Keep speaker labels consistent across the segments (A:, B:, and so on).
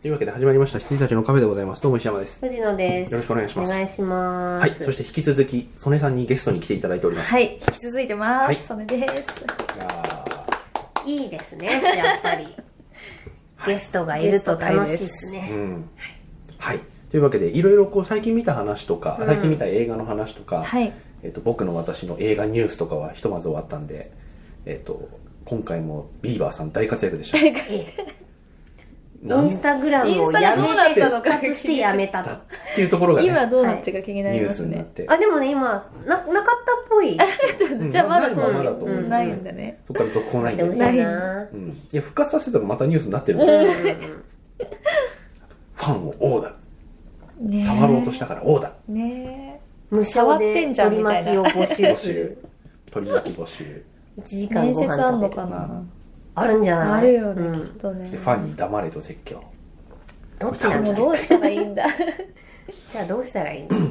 A: というわけで始まりました羊たちのカフェでございます。どうも石山です。
B: 藤野です。
A: よろしくお願いします
B: お願いします。
A: はい、そして引き続き、曽根さんにゲストに来ていただいております。
C: はい、引き続いてます。
A: はい
C: それです。
A: いや
B: いいですね、やっぱり。ゲストがいると楽しいです
A: ーう
B: ね。
A: ん。はい。というわけで、いろいろこう、最近見た話とか、最近見た映画の話とか、
C: はい
A: えっと、僕の私の映画ニュースとかはひとまず終わったんで、えっと、今回もビーバーさん大活躍 でした。
B: ええイ
A: なん
B: ンスタグラムをやめ
A: インスタ
B: て、
A: グラムどうな
B: 復
C: ったのか
B: 活してやめ
A: だ
B: たと
A: っ。ていうところがね、
C: 今どうなってか気にな
A: ニュ
C: り
A: ー
C: ます
A: スになっ
C: ね。
A: て。
B: あ、でもね、今、な、なかったっぽい。
A: うん
C: じゃあまだ
A: ないのはまだと思うんです
B: うん
C: ないんだね。
A: そこから続報ないん
B: で
A: で
B: もしいな。
A: うん、いや復活させたらまたニュースになってるん
B: うん
A: で、
B: うん
A: フ
B: うん
A: ァンを王だ
C: ね
A: 触ろうとしたから王だ
C: た。ね
B: 無償で取り巻きを募集
A: 募
B: す
A: 集
B: る。
A: 取り巻き募集
B: 1時
C: え。
B: 間
C: 面
B: ご
C: 接
B: 飯
C: あん
B: 食べ
C: の
B: る
C: かな
B: あるんじゃない
C: あるよね、
B: う
C: きっ
B: ん
C: とね
A: で。ファンに黙れと説教
B: どっちな
A: に
C: も
B: の
C: うどうしたらいいんだ。
B: じゃあどうしたらいいの
A: い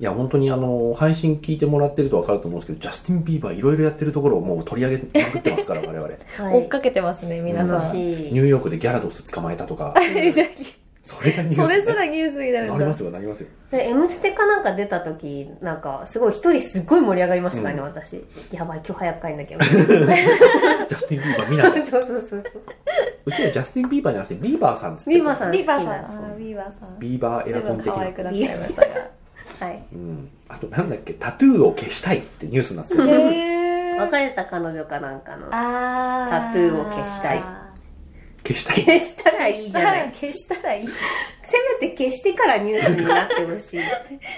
A: や本当にあの配信聞いてもらってると分かると思うんですけどジャスティン・ビーバーいろいろやってるところをもう取り上げまくってますから我々
C: 追っかけてますね、皆
B: 楽
C: さ ん。
B: しい
A: ニューヨークでギャラドス捕まえたとかそれがニュース
C: それすらニュースになる
A: なんりま
C: だ
A: す。よなりますよ
B: で「M ステ」かなんか出た時なんかすごい一人すっごい盛り上がりましたからね、私やばい今日早く帰んなきゃ そう
A: ジャスティン・ビーバー見ながら
B: そうそうそう
A: うちらジャスティン・ビーバーじゃなくてビーバーさんです
B: ビーバーさん
C: ビーバー
B: 好き
C: さ
B: なん
C: ん。あービーバーさん。
A: ビーバーエ
C: 随
A: アコン
C: 分
A: 的な
C: 可愛くなっちゃいましたが。
B: はい
A: うん、あとなんだっけタトゥーを消したいってニュースになってた
C: へー。
B: 別れた彼女かなんかのタ
C: あー
B: トゥーを消したい
A: 消したい
B: 消したらいいじゃない
C: 消したらいい。
B: せめて消してからニュースになってほしい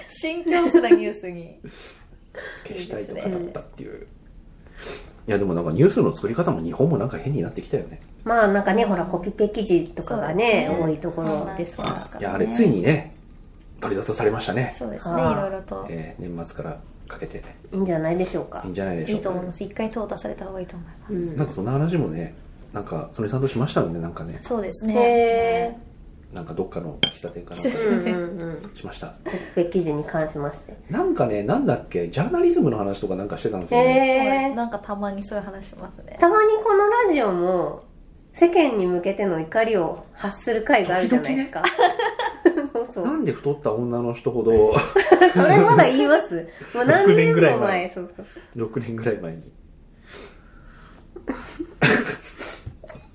C: 心境すらニュースに。
A: 消したいと語ったっていういやでもなんかニュースの作り方も日本もなんか変になってきたよね
B: まあなんかねほらコピペ記事とかがね
C: そう
B: 多い
C: ですね
B: ところですから
A: いやあれついにね取り沙汰されましたね、
C: そうですね、い
B: あー
C: ろいろと。
A: えー年末からかけて
B: いいんじゃないでしょうか
A: いいんじゃないでし
C: い
A: ょ
C: いうと
A: か
C: 思います。一回淘汰された方がいいと思います。
B: うん
A: なんかそんな話もねなんか曽根さんとしましたもんねなんかね
C: そうです
B: へ
C: ね。
B: え
A: なんかどっかの喫茶店かなんか
C: そ
A: で
C: う
B: うんうん うん
A: しました
B: コピペ記事に関しまして
A: なんかねなんだっけジャーナリズムの話とかなんかしてたんですよね、
C: そうで
B: へ
C: す
B: え
C: なんかたまにそういう話しますね。
B: たまにこのラジオも世間に向けての怒りを発する回があるじゃないですか。 そうそ
A: な
B: う。
A: んで太った女の人ほ ど
B: それまだ言います。もう何
A: 6年
B: 年
A: ぐらい
B: も
A: 前
B: 前。そうそう。
A: 6年ぐらい前に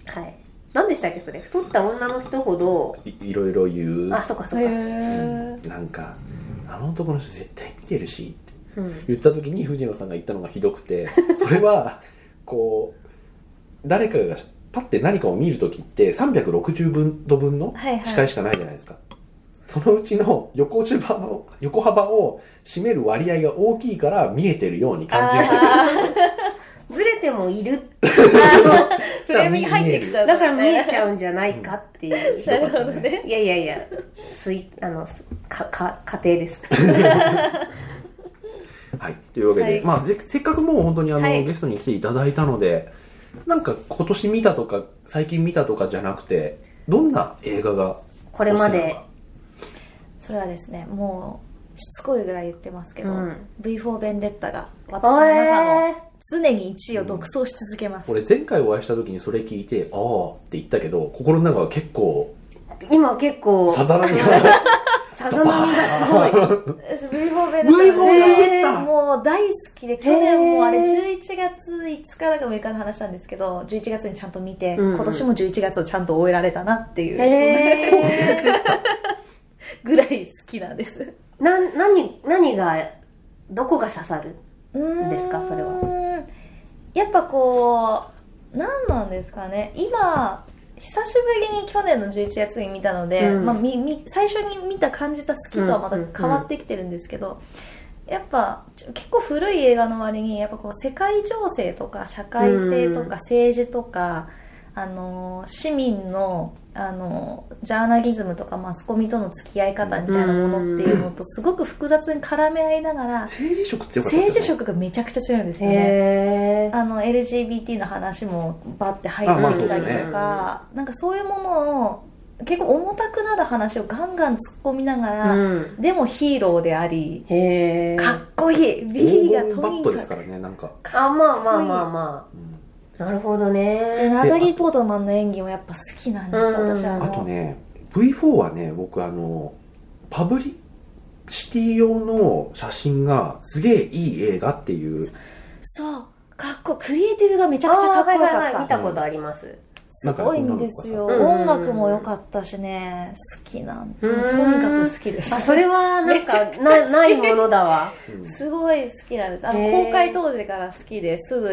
B: はい。何でしたっけそれ。太った女の人ほど、
A: いいろいろ言う
B: あ、そっかそ
C: へ
B: っか。
C: ー
A: なんかあの男の人絶対見てるしって
B: うん。
A: 言った時に藤野さんが言ったのがひどくてそれ はこう誰かがパッて何かを見る時って360分度分の
C: はいはい
A: 視界しかないじゃないですか、そのうちの横幅の横幅を占める割合が大きいから見えてるように感じる
B: ずれてもいる。
C: フレームに入ってきちゃう。
B: だから見えち
C: ゃ
B: ゃうんじゃないかっていう。
A: ひどかったね
B: いやいやいや、すい、あの、すか、か、家庭 です。
A: はい、というわけで、
C: はい
A: まあ、せせっかくもう本当にあの、
C: はい
A: ゲストに来ていただいたのでなんか今年見たとか最近見たとかじゃなくてどんな映画が
B: これま
A: お好きなの
B: で
A: か。
C: それはですね、もう、しつこいぐらい言ってますけど、
B: うん
C: V4 ベンデッタが私の中
B: え
C: の常に1位を独走し続けます。
A: 俺前回お会いした時にそれ聞いてああって言ったけど心の中は結構
B: ー、今結構、
A: さざ波 が
B: さざ波がすごい。
C: 私 V4 ベンデッタ
A: V4 ベンデッタ
C: もう大好きで去
B: へ
C: 年
B: ー
C: もあれ11月5日だか6日の話なんですけど11月にちゃんと見て、
B: うんうん
C: 今年も11月をちゃんと終えられたなっていう、
B: へー
C: ぐらい好きなんです
B: な何何がどこが刺さるですかそれ
C: はやっぱこう何なんですかね今久しぶりに去年の11月に見たので、
B: うん
C: まあ、みみ最初に見た感じた好きとはまた変わってきてるんですけど、やっぱちょ結構古い映画の割にやっぱこう世界情勢とか社会性と
B: うん
C: か政治とか、あのー市民のあのージャーナリズムとかマスコミとの付き合い方みたいなものっていうのとすごく複雑に絡め合いながら
A: 政治色強かったですよね
C: 政治色がめちゃくちゃ強いんですよね。
B: へー
C: あの LGBT の話もバッて入ってきたりと
B: あ
C: か、
B: ま
C: なんかそういうものを結構重たくなる話をガンガン突っ込みながら、
B: うん
C: でもヒーローであり、
B: へ
C: かっ
B: ー
C: こいい B が
A: 黄金バッ
C: と
A: トで
C: に
A: す
C: か
A: か
C: く
A: らねなんか、
B: あまあまあまあま
A: うん
C: か
B: なるほど
C: で
B: ね
C: ナタリー・ポートマンの演技もやっぱ好きなんです、
B: うん
C: 私あの
A: あとね V4 はね僕あのパブリシティ用の写真がすげえいい映画っていう
C: そうかっこクリエイティブがめち
B: あ
C: ゃくちゃかっこよかっ
B: ー
C: た、
B: はいはいはい見たことあります
C: すごいんですよ、
B: なんか女の子が
C: 音
B: さ
C: 楽も良かったしね好きなんと
B: う
C: に
B: ん
C: かく好きです
B: あそれは なんかなないものだわ
A: うん
C: すごい好きなんですあの
B: へー
C: 公開当時から好きですぐ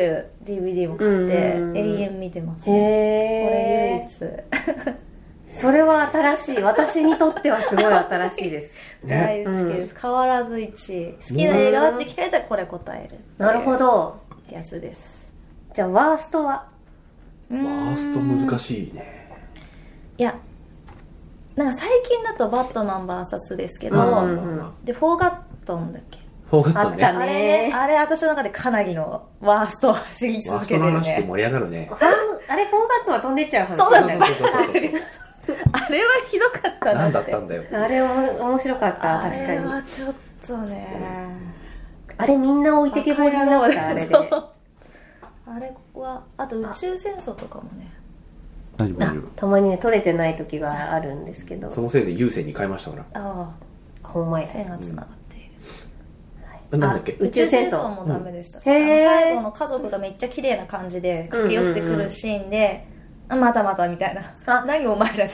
C: DVD も買って
B: うん
C: 永遠見てます
B: へ
C: ねこ
B: え
C: れ唯
B: それは新しい私にとってはすごい新しいです
C: 一大好きです、変わらず1位好きな映画はって聞かれたらこれ答える
B: なるほど
C: ってやつです
B: じゃあワーストは
C: ワ
A: ワースト難しいね
C: いやなんか最近だと「バットマン VS」ですけど、
B: うん
C: でフォーガットンだっけ
A: フォーガット
B: あっ
A: ね
B: た
C: あれ
B: ね
C: ねあれ私の中でかなりのワーストを走り
A: ワー
C: 続
A: ス
C: け
A: ト
C: て
A: の
C: る
A: 話って
C: ね
A: 盛り上がるね
B: ファンあれフォーガットは飛んでっちゃう話
C: そうなんだよ
A: そうそう そうそう
C: あれはひどかったな
A: 何
C: って
A: だったんだよ
B: あれも面白かった確
C: あ
B: か
C: れ
B: に
C: はちょっとね
B: あれみんな置いてけぼりにな ったあれで
C: そうあれここはあと宇宙戦争とかもね
A: 大丈夫大丈
B: たまにね取れてない時があるんですけど
A: 夫そのせいで優勢に変えましたから
C: あ
B: ほんま
C: あ
B: や
C: 線がつながっている、
A: なんだっけ
B: あ宇宙戦争
C: もダメでした、
B: うん
C: あの
B: へー
C: 最後の家族がめっちゃ綺麗な感じで駆け寄ってくるシーンで、あまたまたみたいな
B: あ
C: 何お前ら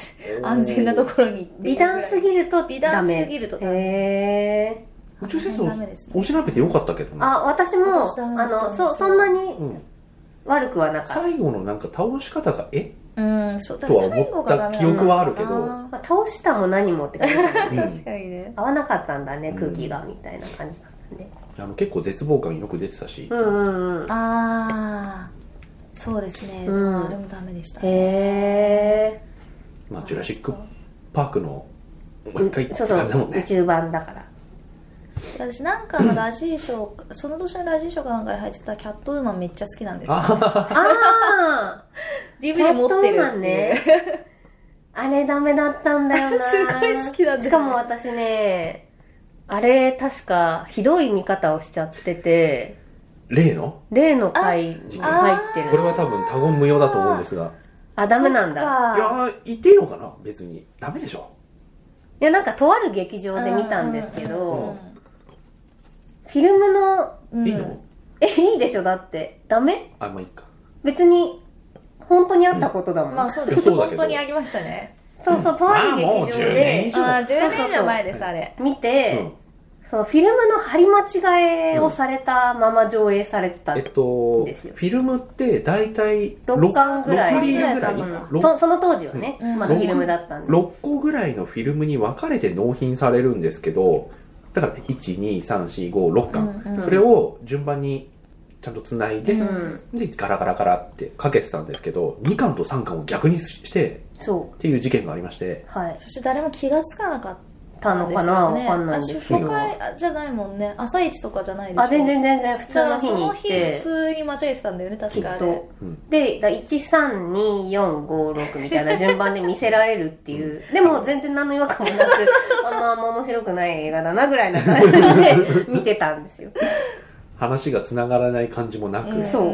C: 安全なところにっていう
B: 美
C: ぐらい
B: 談すぎるとダメ
C: 美談すぎるとダメ
B: へえ
A: 宇宙戦
C: あの辺ダメです
A: 争
C: ね
A: お調べてよかったけどね
B: あ私も
C: 私ダメだ
B: あ
C: ったん
B: の
C: ですよ
B: そそんなに
A: うん
B: 悪くはなかった、
A: 最後のなんか倒し方がえ
C: うんそうだ
A: と
C: か
A: は
C: ら
A: 思った
C: 最後がダメな
A: 記
C: のか
A: 憶
C: な
A: はあるけど
B: まあ、倒したも何もって感じだったね
C: 確かにね
B: 合わなかったんだね
A: うん
B: 空気がみたいな感じだったね
A: あの結構絶望感よく出てたし
B: うんうんうん
C: ああそうですね、
B: うん
C: あれもダメでした
B: へえ
A: まあジュラシックパークのもう一回って
B: そうそ
A: 感じだも
B: うん宇
A: ね
B: 宙版 だから
C: 私なんかのラジーショーその年のラジーショーかなんかに入ってたキャットウーマンめっちゃ好きなんですよ
B: ああ
C: DVD 持ってるっていう
B: ねあれダメだったんだよな
C: すごい好きなんだよね
B: しかも私ねあれ確かひどい見方をしちゃってて
A: 例の
B: 例の回に入ってる
A: これは多分多言無用だと思うんですが
B: あダメなんだ
A: いや
C: だ
A: ー言っていいのかな別にダメでしょ
B: いやなんかとある劇場で見たんですけ
A: うんうんうん
B: どフィルムの
A: いいの
B: えいいでしょだってダメ
A: あまあいいか
B: 別に本当にあったことだもん、
C: まあそう
A: い
C: で
A: や
C: す
A: そうだけ
C: 本
A: ど
C: 当にありましたね
B: そうそうとある劇場
A: まあもう10年以
B: で
A: 上
C: ああ
B: そ
C: 10
B: うそうそう
C: 年以上前ですあれ
B: 見
A: う
B: て、
A: ん
B: そのフィルムの貼り間違えをされたまま上映されてた、
A: えっとフ
B: ですよ
A: ィルムって大体
B: 6巻ぐらい
A: 6リールぐらい
C: 六
B: うんそその当時はね、
C: うん
B: まだフィルムだったんで、
A: 6個ぐらいのフィルムに分かれて納品されるんですけどだから12345巻、
C: うんうん
A: それを順番にちゃんとつないで、
B: うん、
A: でガラガラガラってかけてたんですけど2巻と3巻を逆にして
B: そ
A: っていう事件がありまして
B: うはい
C: そして誰も気がつかなかった
B: のかな、
C: たですよね
B: わかんないんですけ
C: あ初
B: ど
C: 回あじゃないもんね朝一とかじゃないでしょ
B: あ全然全然普通
C: だか
B: の
C: ら
B: 日
C: そ
B: に行
C: の
B: っ
C: 日普
B: て
C: 通に間違えてたんだよね
B: き
C: 確かあ
B: っ
C: れ
B: と
A: うん
B: で1324556みたいな順番で見せられるっていう でも全然何の違和感もなくあんまあんま面白くない映画だなぐらいな感じで見てたんですよ
A: 話がつながらない感じもなく、
C: うん
B: そうん
C: うんう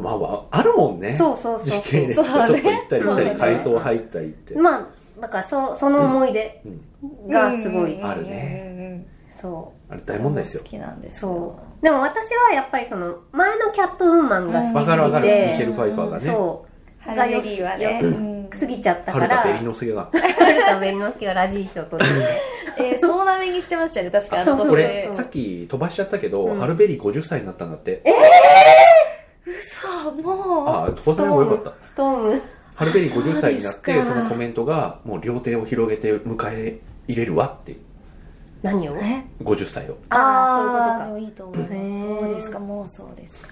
C: ん
A: まあまああるもんね
B: そうそうそう
A: 時
B: そ
A: 系
B: う
A: 列がちょっと行ったり
C: そ
A: 来た
C: うだね
A: り階層入ったりって、
B: まあだからそその思い出
A: うん、
B: がすごい、
C: うんうんうんうん
A: あるね
B: そ
A: あれ大問題ですよ
C: 好きなんで
B: う
C: すよ
B: そうでも私はやっぱりその前のキャットウーマンが好
A: わかるわか
B: き
A: る
B: で
A: ミシェル・ファイファーがね
B: そ
C: ハルメリーはね
B: がよ
C: うん
B: う過ぎちゃったか
A: 春
B: ら
A: 田ベリノスゲが
B: 春田ベリノスケがラジー賞取って て
C: えー総なめにしてましたよね確かあの
B: そう
C: 年
B: そう
A: こ
B: そう
A: れさっき飛ばしちゃったけど、
B: うん
A: ハルベリー50歳になったんだって
C: そうも
A: ああ飛ばさない方がよかった
B: ストーム
A: ハルベリー50歳になっ
C: そう
A: て
C: です
A: そ
C: か
A: のコメントがもう両手を広げて迎え入れるわって
B: 何を
C: うえ
A: 50歳を
B: ああそういうことか
C: でもいいと思います
B: へー
C: そうですかもうそうですか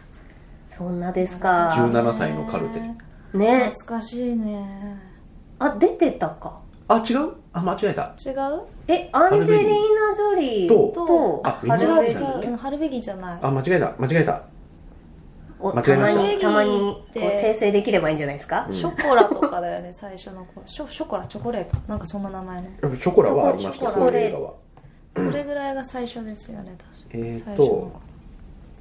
B: そんなですか
A: 17歳のカルテ
C: ね
B: ね
C: 懐かしいね
B: あ出てたか
A: あ違うあ間違えた
C: 違う
B: えアンジェリーナ・ジョリー
A: と
B: と
A: あ
B: ハ
A: ハル
B: ル
A: ベ
B: ベ
A: リ
B: リ
A: ーなんだっけ
C: 違う
B: ー
C: うんハルベギーじゃない
A: あ間違えた間違えた
B: を
A: 間違
B: た
A: えま
B: ま
A: した
B: にたまにこう
C: ハルベリーって
B: 訂正できればいいんじゃないですか
A: うん
C: ショコラとかだよね最初の頃ショショコラチョコレートなんかそんな名前ね
A: ショコラはありました
C: ショ
A: そ
C: コ
A: う
C: ラ
A: いう映画は
C: それぐらいが最初ですよね確か
A: えー
C: 最
A: っ
C: 初の
A: と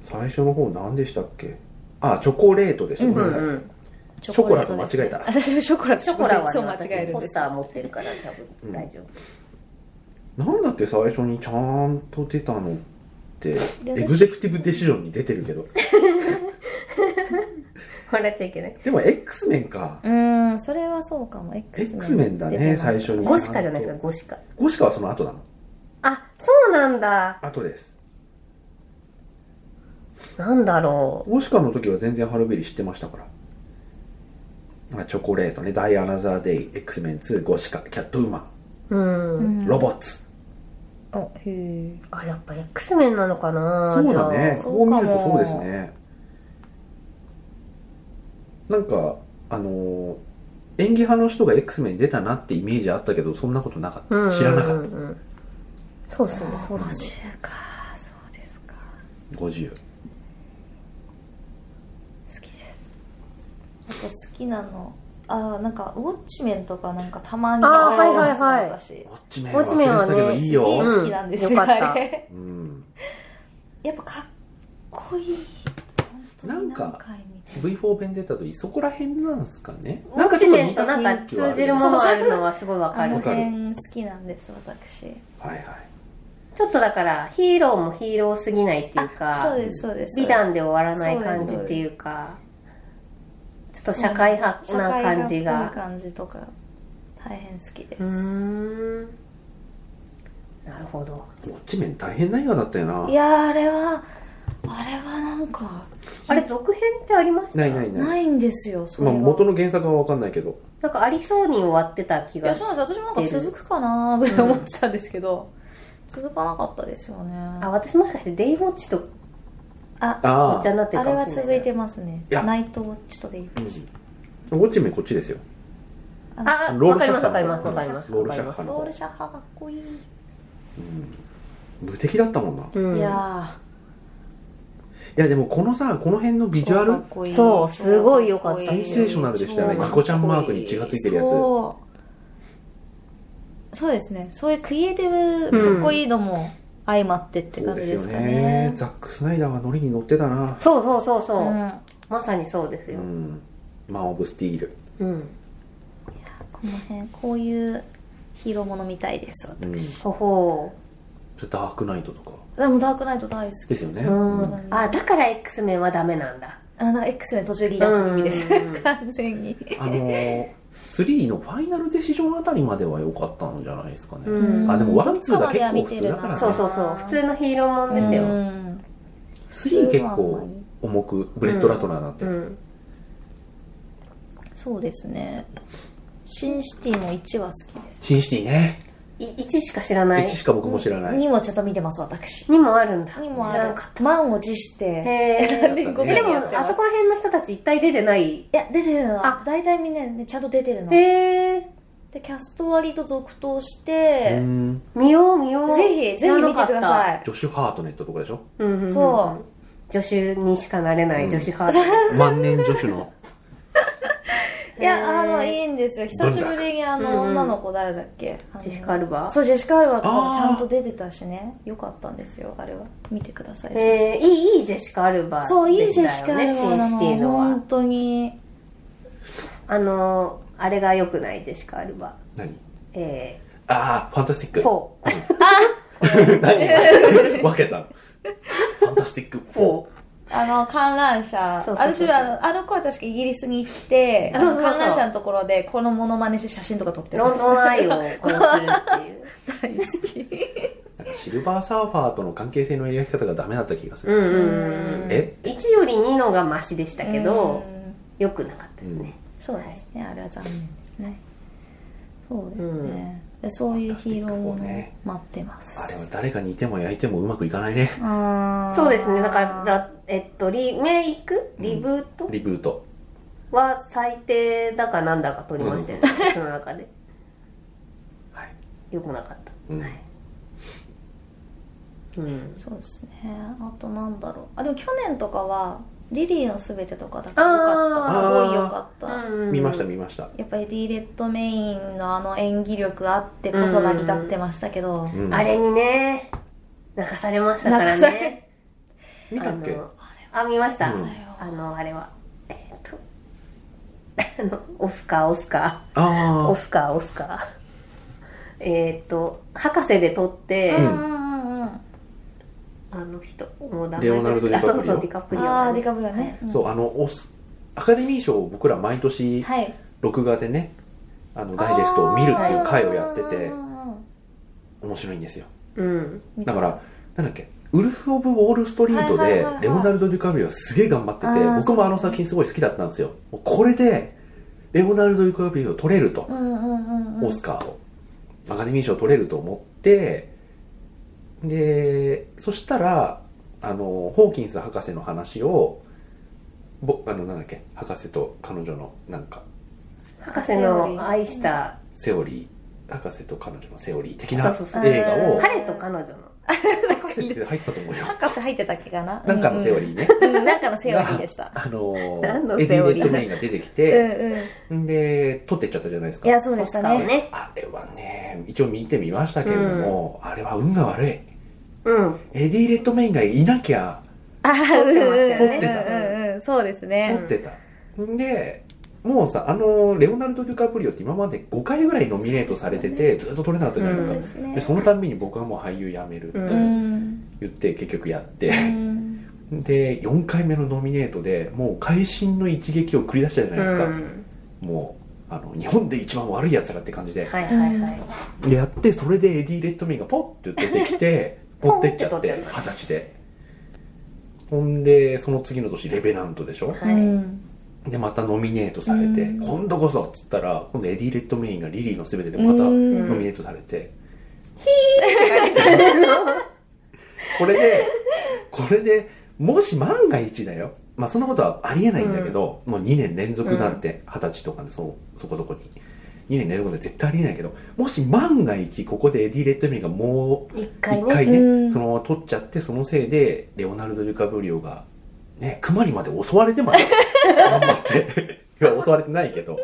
A: 最初の方何でしたっけあチョコレートでしょ、
C: うん
A: ごめんなさい
B: ん
A: ショコラと間違えた
C: あ私もショコラと
B: ショコラ
C: い
B: は
C: つ
B: ね
C: も間違
B: 私
C: えるん
B: ポ
C: です
B: スター持ってるから多分大丈夫、
A: なんだって最初にちゃんと出たのって
C: で私
A: エグゼクティブデシジョンに出てるけど
B: 笑っちゃいけない
A: でも X メンか
C: うーんそれはそうかも
A: X メンだ
C: 出て
A: ね
C: ます
A: 最初に
B: ゴシカじゃないですかゴシカ
A: ゴシカはその後なの
B: あそうなんだ
A: 後です
B: なんだろ
A: ゴシカの時は全然ハルベリー知ってましたからまあチョコレートね、ダイアナザーデイ、X メン2、ゴシカ、キャットウーマ
B: ううん、
C: うん
A: ン、ロボッツ。
C: あへえ
B: あやっぱ X メンなのかな
A: そうだね。
C: じゃあ
A: こう見ると
C: そうか
A: そ
C: も
A: うですね。なんか、あのー演技派の人が X メン出たなってイメージあったけど、そんなことなかった。知らなかった。
B: たそうですねそうで
C: 50
B: すね
C: かそうですか
A: 50。
C: 好きですあと好きなのあーなんかウォッチメンとかなんかたまに
B: あー
C: あるやつ
B: はいはいはい
C: 私
A: ウォッチメン
B: ウォッチメンは
A: 忘れてた
B: ね
A: けどいいよ。
C: すげえ好きなんです
B: うん
C: よ、
B: よかった
C: あれ
A: うん。
C: やっぱかっこいい本当に何回見て
A: V4 ベンデータといい、そこら辺なんすかね。
B: ウォッチメンとなん
A: な
B: か
A: んかちょっと似た雰囲気はあ
B: 通じるものあるのはすごいわか
C: あ
B: る
C: の
A: わかる
C: 辺好きなんです私
A: はいはい。
B: ちょっとだからヒーローもヒーローすぎないっていう
C: そう
B: か
C: ですそうです
B: 美談で終わらない感じっていうかちょっと社会派な感じ
C: 社会派っ
B: が
C: ぽい感じとか大変好きで
B: うー
C: す
B: んなるほど
A: ウォッチメン大変な映画だったよな。
C: いやーあれはあれはなんか
B: あれ続編ってありました
A: ないないない。
C: ないんですよそれ
A: ま
C: が
A: あ、元の原作はわかんないけど。
B: なんかありそうに終わってた気
C: いや
B: がし
C: そうなんです私もなんか続くかなーぐらい思ってたんですけど、続かなかったですよね
B: あ
C: あ
B: 私もしかしてデイウォッチと
C: あ
B: お
A: ああ
B: 茶。になってる
C: あ
B: か
C: れ
B: も
C: は
B: しれない
C: 続いてますね
A: いや
C: ナイトウォッチとでいい
A: うんウォッチメンこっちですよ。
B: あ
A: ロー
B: わ
A: ル
B: か
A: シ
B: り
A: ャ
B: ま
A: ッハ
B: すわかりますわかります
A: ロールシャッハの
C: ロー
A: 方
C: ルシャッハかっこいい、
A: 無敵だったもんな。い
B: うん
C: いや
A: や、でもこのさ、この辺のビ
C: ー
A: ジュア
C: 超か
A: ル
C: っ、こいい
B: そうすごい良かった
A: センセーショナルでしたよね
C: 超かっこ
A: ニコちゃんマークに血がついてるやつ
C: そうそうですねそういうクリエイティブかっこいいのも相まってって
A: そう
C: 感じ
A: です
C: で
A: よ
C: すかね
A: ね。ザック・スナイダーはノリに乗ってたな。
B: そうそうそうそう、
C: うん
B: まさにそうです
A: う
B: よ、
A: ん。マン・オブ・スティール。
B: うん、
C: この辺こういうヒーローものみたいです私
A: うん。
B: ほほ
A: それダークナイトとか。
C: でもダークナイト大好き
A: ですよね。
B: う、うん
C: ん
B: あだから X メンはダメなんだ
C: あなんか X メン途中離脱組です
B: うんうんうん
C: 完全に
A: あのー、3のファイナルデシジョンあたりまでは良かったんじゃないですかね。
B: うん
A: あでもワンツーが結構普通だからね
B: そうそうそう普通のヒーローもんですよ、
C: ん
A: 3結構重く、ブレッド・ラトナーなんて。
B: うん
C: そうですねシンシティも1は好きです
A: シンシティね。
B: い1しか知らない
A: 1しか僕も知らない。
C: 2もちょっと見てます私
B: にもあるんだ
C: 2も
B: 知ら
C: あ
B: ん
C: る
B: か
C: 満を持して
B: へ
C: 何
B: え
C: 年後
B: え
C: かに
B: でも
C: や
B: あ
C: ってます
B: そこら辺の人たち一体出てない
C: いや出てるのは
B: あ
C: 大体みんなねちゃんと出てるの
B: へえ
C: でキャスト割と続投し
A: う
C: て
A: ん
B: 見よう見よう
C: ぜひぜひ見てくだ
B: い、
C: さい
A: ジョシュ・ハートネットとかでしょ
B: うんうんうん、
C: そう
B: 助手にしかなれない助手派、
A: 万年助手の。
C: いや、あ
B: へー
C: の、いいんですよ。久しぶりにあ
B: 文
C: の、
B: 楽うんうん
C: 女の子誰だっけあの
B: ジェシカアルバ
C: そう、ジェシカ・アルバとかも
A: あー
C: ちゃんと出てたしね。よかったんですよ、あれは。見てください。
B: えー、いいいいジェシカ・アルバ
C: そう、いい
B: でし
C: ジ
B: た
C: ェ
B: よ
C: シカ・アルバ
B: ね、シンシティ
C: なの。
B: のは
C: 本当に。
B: あのーあれが良くないジェシカ・アルバ
A: 何
B: え
A: ああ、ファンタスティッ
B: ー、
A: ク。
B: フォ
A: 何 分けたのファンタスティック
B: ーフォ
A: 4。
C: あの、観覧車。
B: そうそうそうそう
C: 私はあの、あの子は確かイギリスに行って、
B: あそうそうそう
C: 観覧車のところで、このモノマネして写真とか撮って
B: ー
C: るん
B: ロン
C: です
B: ドンアイをこうするって いう
C: 大好き。
A: なんかシルバーサーファーとの関係性の描き方がダメだった気がす
B: う
A: る。
B: んうんうん
A: え
B: 1より2のがマシでしたけど
C: うん
B: 良くなかったですね、
C: そうですね、あれは残念ですね。そうですね。でそういうヒーローもね待ってます。
A: あれは誰か似ても焼いてもうまくいかないね。
C: あー
B: そうですねだから、えっと、リメイクリブート
A: リブート。
B: は最低だかなんだか取りましたよね、私の中で
A: はい。
B: 良くなかった、
A: うん
B: はいうん
C: そうですねあとなんだろうあでも去年とかは「リリーのすべて」とかだからよかった
B: あ
C: す
A: ー
C: ごいよかった、
B: うん
A: 見ました見ました。
C: やっぱエディ・レッドメインのあの演技力あってこそ成り立ってましたけど、
A: うん
B: あれにね、泣かされましたから
C: 泣かされ
B: ね。
A: 見たっけ
B: あのあ、見ました。
A: うん
C: だよ
B: あのあれはえっ、と あのオスカーオスカー
A: あ
B: オスカーオスカーえっ、と博士で撮って、
C: うんうんうんうん
B: あの人もう名前
A: レオナルドディカプリオ
B: あそうそうそうディカプリオ
C: ああ
B: だ
C: ー
B: ね
C: ディカブリオね、
A: あそうあのオスアカデミー賞を僕ら毎年
C: はい
A: 録画でねあのダイジェストを見るっていう回をやってて
C: て
A: 面白いんですよ
B: うん
A: だからなんだっけウルフ・オブ・ウォール・ストリート
C: はいはい
A: で
C: はいはい
A: レオナルド・デュカビオはすげえ頑張って
C: あ
A: て
C: ー
A: 僕もあの作品すごい好きだったんですよもうこれでレオナルド・デュカビオを取れると
C: うんうんうんうん
A: オスカーをアカデミー賞取れると思ってでそしたらあのホーキンス博士の話をぼあのなんだっけ博士と彼女のなんか
B: 博士の愛した
A: セオリー博士と彼女のセオリー的
B: そ
A: な
B: うそうそう
A: 映画を
C: うん
B: 彼と彼女の
A: 博士って入ってたと思うよ
C: 博士入ってたっけかな
A: なんかのセオリ
C: ー
A: ーね
C: なんかのセオリーでした
A: あの
B: 何の
A: エデ
B: セ
A: ィ・
B: オ
A: レ
B: リーだ
A: ッドメインが出てき
C: うん
A: て、
C: うん
A: んで撮ってっちゃったじゃないですか
C: いやそうでした
B: オスカーを
C: ね
B: ね
A: あれはね一応見てみましたけれども、あれは運が悪い
B: うん
A: エディ・レッドメインがいなきゃ
C: ああ
B: 撮ってましたよね
C: うんうんうんうんそうです
A: 撮
C: ね
A: ってた、ん、でもうさあのレオナルド・デュカプリオって今まで5回ぐらいノミネートされてて、ずっと撮れなかったじゃないですか、
C: そう
B: うん
C: ですね
A: でそのたんびに僕はもう俳優辞めるって
B: う
C: うん
A: 言って結局やっ
C: う
A: て、
C: ん
A: で4回目のノミネートでもう会心の一撃を繰り出したじゃないですか、
B: うん
A: もうあの日本で一番悪いやつらって感じで、
B: はいはいはい
A: でやってそれでエディ・レッドメインがポッて出てきて
B: ポ
A: 持
B: ン
A: ってっちゃって
B: って取っちゃ
A: 二十歳でほんでその次の年レベナントでしょ
B: はい
C: うん
A: でまたノミネートされて
C: うん
A: 今度こそっつったら今度エディ・レッドメインがリリーのすべてでまたノ
C: うん
A: ミネートされて
B: う
A: これでこれでもし万が一だよまあそんなことはありえないんだけど、もう2年連続なんて二十歳とかでそそこそこに2年連続で絶対ありえないけどもし万が一ここでエディ・レッドメインがもうん
B: 一回
A: 一
B: ね
A: 回ね、
C: うん
A: そのまま取っちゃってそのせいでレオナルド・デュカブリオがね熊にまで襲われて まで頑張っていや襲われてないけど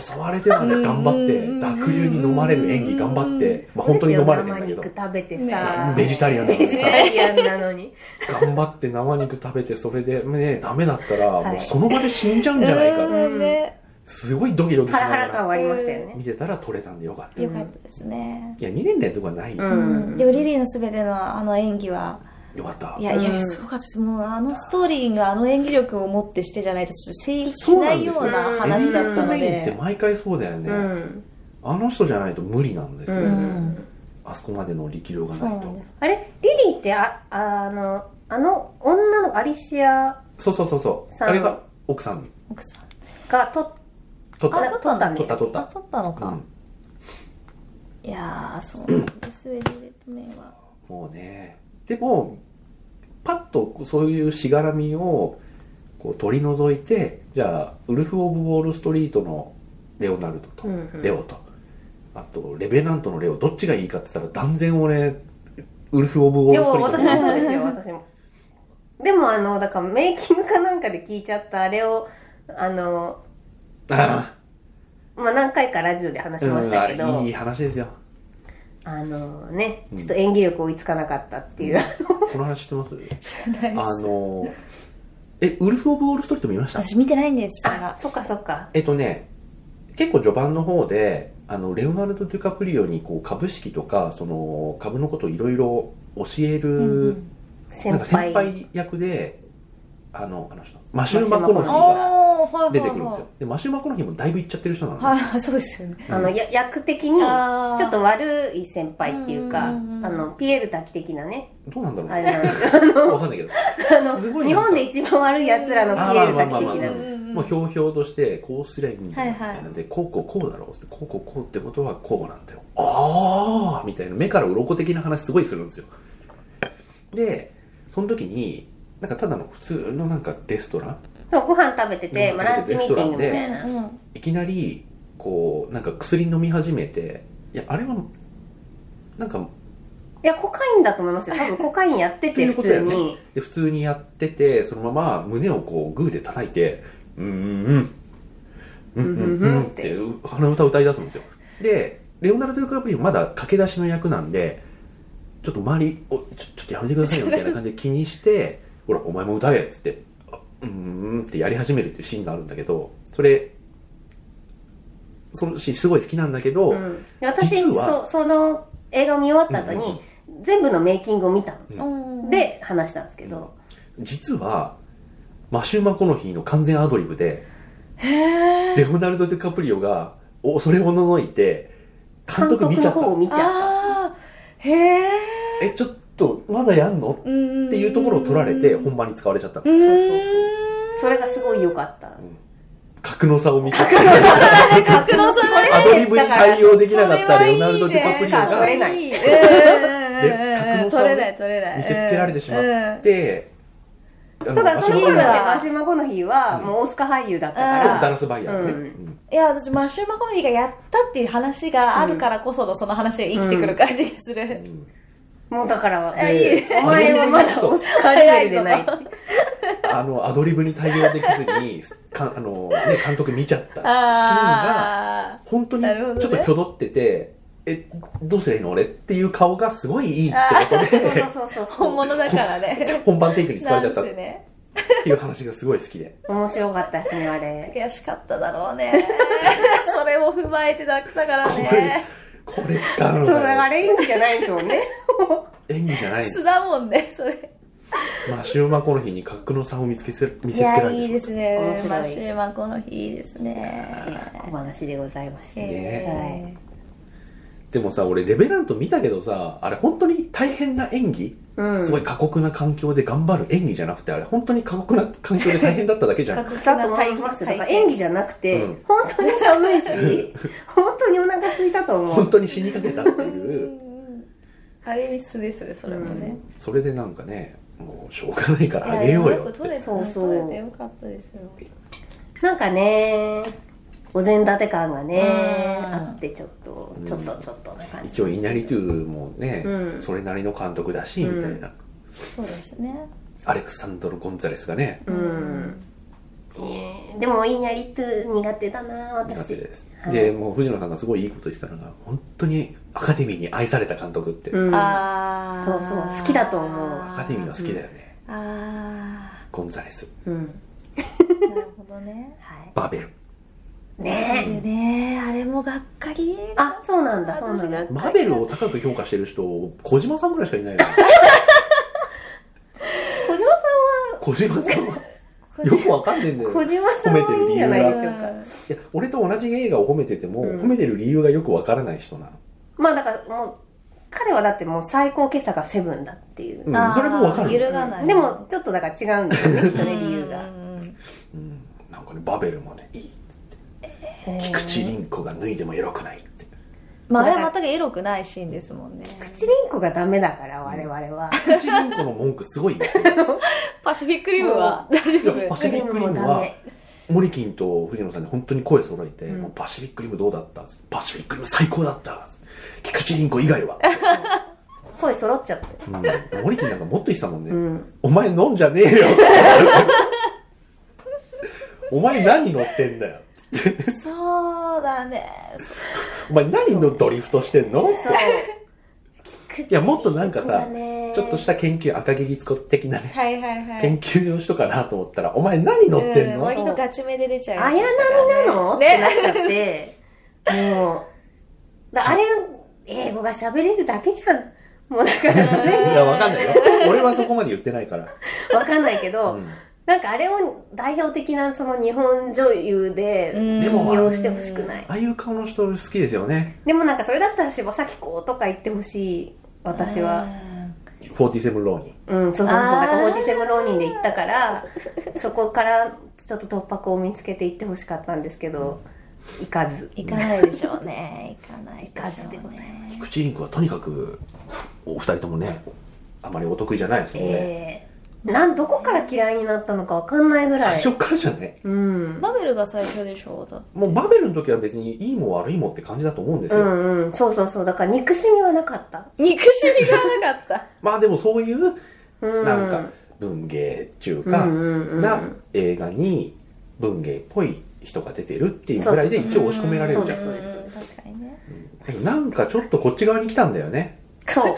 A: 襲われてまで頑張って
C: うん
A: 濁流に飲まれる演技頑張って、まあ、本当に飲まれてるんだけど
B: 生肉食べてさ
C: ね
A: ベジタリアンだか
B: ベ
A: ら
B: ジ
A: さ
B: タリアンなのに
A: 頑張って生肉食べてそれでねダメだったら
B: い
A: もうその場で死んじゃうんじゃないか、
C: うんね
A: すごいドキドキし
B: ハ
A: な
B: ラ
A: が
B: ハラ感
A: ら
B: はありましたよね
A: 見てたら取れたんでよかった、
C: よかったですね
A: いや2年連続はない、
B: う
A: よ
C: うん
B: ん
C: でもリリーのすべてのあの演技は
A: かった
C: いやいや、
B: うん
C: すごかったです。もう、あのストーリーのあの演技力を持ってしてじゃないと、成立しないような
B: そうなんです
C: 話
B: よ
C: だったの
A: エディ・レッドメインって
C: で。
A: 毎回そうだよね、
B: うん
A: あの人じゃないと無理なんです
B: う
A: よ、
B: ん
A: あそこまでの力量が
C: そう
A: な
C: ないん
A: と
C: です。
B: あれリリーってああのあの女のアリシア
A: そうそうそうそう
B: さん
A: あれが奥さん
C: 奥さん。
B: がと
A: 撮っ
B: あれ
A: た
B: 撮ったんで
A: 撮っ
B: す
A: た
B: よ
A: 撮っ
C: あ、
A: た
C: 撮ったのか。
A: うん
C: いやー、そうなんです。エディ・レッドメインは。
A: もうねでもパッとそういうしがらみをこう取り除いてじゃあウルフ・オブ・ウォール・ストリートのレオナルドと、
B: うんうん
A: レオとあとレベナントのレオどっちがいいかって言ったら断然俺ウルフ・オブ・ウォー
B: で
A: ル・ス
B: も
A: トリート
B: 私
A: の
B: もそうですよ私もでもあのだからメイキングかなんかで聞いちゃったあれをあの
A: あ
B: まあ何回かラジオで話
A: あ、
B: しましたけど、
A: うん、いい話ですよ
B: あのね
A: うん
B: ちょっと演技力追いつかなかったっていう、
A: この話知ってますあのえウルフ・オブ・ウォール・ストリート見ました
C: 私見てないんです。だから
B: あそっかそっか
A: えっとね結構序盤の方であのレオナルド・デュカプリオにこう株式とかその株のことをいろいろ教える、
C: うんうん
B: 先
A: なんか先
B: 輩
A: 輩役であのあの人マシュー・マコノヒーが
C: おー、はいはいはい。
A: 出てくるんですよでマシュー・マコノヒーもだいぶいっちゃってる人なのね、
C: はいはい、そうですよね。
B: あのや役的にちょ
C: あー
B: っと悪い先輩っていうか、
C: うんうんうん
B: あのピエール滝的なね
A: どうなんだろう
B: あれなんです よ
A: わかんないけどすごい
B: 日
A: なんか
B: 本で一番悪い奴らのピエール滝
A: あま
B: 的
A: あまあまあ
B: な
A: まあ
C: うん
A: もうひょうひょうとしてこうすりゃいいんだよみた
C: はい
A: い
C: は
A: なでこうこうこうだろうってこうこうこうってことはこうなんだよああみたいな目から鱗的な話すごいするんですよでその時になんかただの普通のなんかレストラン
B: そうご飯食べてて、
A: うん
B: まあ、ランチミーティングみ
C: う
B: たいな、
C: んうん
A: いきなりこうなんか薬飲み始めていやあれはなんか
B: いやコカインだと思いますよ多分コカインや って
A: とい
B: て
A: うこと
B: 普
A: だよ
B: 通
A: ね
B: に
A: で普通にやっててそのまま胸をこうグーで叩いてうんうんうんうんうんうんって鼻歌を歌い出すんですよでレオナルド・デュカプリオまだ駆け出しの役なんでち ょっと周りおちょちょっとやめてくださいよみたいな感じで気にして「ほらお前も歌え」っつって「あうーんってやり始めるっていうシーンがあるんだけどそれそのシーンすごい好きなんだけど、
B: うん、で私
A: 実は
B: そその映画を見終わった後に、全部のメイキングを見た
A: う
C: うん
B: ので話したんですけど、
A: 実はマシュー・マコノヒーの完全アドリブで
C: へ
A: レオナルド・デュカプリオがおそれをののいて監督見ちゃ
B: の
A: った
B: 方を見ちゃっ
C: あーへえ
A: えちょっとまだやんのっていうところを取られて
C: うん
A: 本番に使われちゃったの
C: うん
B: そうそうたそれがすごい良かった
A: 格の差を見せて
C: 格納さんあれ
A: アドリブに対応できなかったレオナルド・デュカプリオ
B: それは
A: が
B: いいね
C: で
A: 格納さんを
C: 取れない取れない
A: 見せつけられてしまっ
C: うん
A: てあの
B: だからその頃
A: マシューマコノヒーが
B: だってマシュマコの日はもうオスカー俳優だったか
C: う
A: ダ
C: ん
B: ら
A: ラス・バイヤーですね、
B: う
A: うん
C: いや私マシューマコメディがやったっていう話があるからこそのその話が生きてくる感じがする、
A: うん
B: もうだから
C: あいい
B: お前 はまだオスカーレベルでないって
A: あのアドリブに対応できずにかあの、ね、監督見ちゃったシーンが
C: あ
A: 本当に
C: なるほどね
A: ちょっときょどってて、えどうすりゃいいの俺っていう顔がすごいいいってことで
B: そうそうそう
C: ー
B: そう
C: 本物だからね
A: 本番テイクに使わ
C: な
A: れ
C: ん
A: ちゃったっ
C: せね
A: ていう話がすごい好きで
B: 面白かったですねあれ
C: 悔しかっただろうね それを踏まえてだったから
A: これ
C: ね
A: これ使う
B: そ
A: の
B: うだから
A: か
B: あ
A: よ
B: れ演技じゃないですもんね
A: 演技じゃないんで
C: 素
A: す
C: だもんねそれ
A: マシューマコの日に格の差を見つけせ見
C: い
A: せつけら
C: や
A: れ
C: いい
A: て
C: で
A: し
C: すね
B: 面白い
C: マシューマコの日いいですね
B: お話でございました
C: ね
A: まったでもさ俺レベラント見たけどさあれ本当に大変な演技
B: うん
A: すごい過酷な環境で頑張る演技じゃなくてあれ本当に過酷な環境で大変だっただけじゃん
B: だと思いますだから演技じゃなくて、
A: うん
B: 本当に寒いし本当にお腹空いたと思
A: 本
B: う
A: 当に死にかけたって
C: う
A: いうん
C: ある意味素ですねそれもね、
A: それでなんかねもうしょうがないからあ
C: い
A: げ
C: や
A: ようよ
C: く
A: っ
C: 取
A: て
C: れてそう
B: そうそう
C: 取れてよかったですよ
B: なんかねお膳立て感がね、
C: うん
B: あってちょっと
A: うん
B: ちょっとちょっとな感じ
A: 一応イナリトゥもね、
B: うん
A: それなりの監督だし、
B: うん
A: みたいな
C: そうですね
A: アレクサンドロ・ゴンザレスがね
B: うん、えーでもイニャリトゥ苦手だな
A: 苦手
B: 私
A: です、
B: はい
A: でもう藤野さんがすごいいいこと言ってたのが本当にアカデミーに愛された監督って、
B: うん
C: ああ
B: そうそう好きだと思う
A: アカデミーが好きだよね、
C: ああ
A: ゴンザレス
B: うん
C: ーなるほどね
B: は
A: バーベル
B: いねえ、
C: でねあれもがっかり
B: あそうなんだそうなんだ
A: マーベルを高く評価してる人小島さんぐらいしかいないよね
B: 小島さんは
A: 小島さん はよくわかんねえんだよ
B: 小島さんはいいんじゃないでしょうか
A: いや俺と同じ映画を褒めてても、
B: うん
A: 褒めてる理由がよくわからない人なの
B: まあだからもう彼はだってもう最高傑作がセブンだっていう、
A: うんそれもわかる
C: 揺るがない
B: でもちょっとだから違うんですよねきっとね理由が
C: うん
A: うんなんかねバベルもねいい菊池凛子が脱いでもエロくないって
C: まああれは全くエロくないシーンですもんね
B: 口リンコがダメだから我々は、
A: 菊池凛子の文句すごいよ
C: パシフィックリムは大丈
A: いやパ
C: 夫
A: シフィックリムは
B: クリ
A: モリキンと藤野さんで本当に声揃えて、
B: うん
A: もうパシフィックリムどうだったパシフィックリム最高だった菊池凛子以外は、
B: 声揃っちゃって
A: うん、モリキンなんかもっと言ってたもんね、
B: うん
A: お前飲んじゃねえよ お前何乗ってんだよ
C: そうだね
A: お前何のドリフトしてんの
B: そう
A: いやもっとなんかさ、
B: ね
A: ちょっとした研究赤切りつこ的なね
C: はいはいはい
A: 研究の人かなと思ったら、お前何乗ってん
C: うん
A: の、
C: 割とガチめで出ちゃう
B: 綾
C: やつで
B: 波
C: すからね
B: なの、
C: ね
B: ってなっちゃってもうだあれ英語が喋れるだけじゃんもうだからね
A: いや、わかんないよ。俺はそこまで言ってないから。
B: わかんないけど、
A: うん
B: なんかあれを代表的なその日本女優で
C: うん
A: でも
B: 起用してほしくない
A: ああいう顔の人好きですよね。
B: でもなんかそれだったら柴咲コウとか言ってほしい私は
A: 47ローに。
B: うんそうそうそう
C: あー
B: なんか47浪人で行ったから そこからちょっと突破口を見つけて行ってほしかったんですけど行かず
C: 行かないでしょうね行かないでしょう
B: 行かずでござい
C: ね
A: 菊池凛子はとにかく、お二人ともね、あまりお得意じゃないですもんね。
B: えー、なんどこから嫌いになったのかわかんないぐら
A: 最
B: い
A: 初からじゃね。
B: うん
C: バベルが最初でしょうだ
A: もうバベルの時は別にいいも悪いもって感じだと思うんです
B: う
A: よ。
B: んうんそうそうそうだから憎しみはなかった
C: 憎しみがなかった
A: まあでもそういう、
B: うん
A: なんか文芸中華
B: うんうんうん
A: な映画に文芸っぽい人が出てるっていうぐらいで一応押し込められるじゃん
B: そうですそうです
C: 確かにね
A: なんかちょっとこっち側に来たんだよね
B: そう
C: 違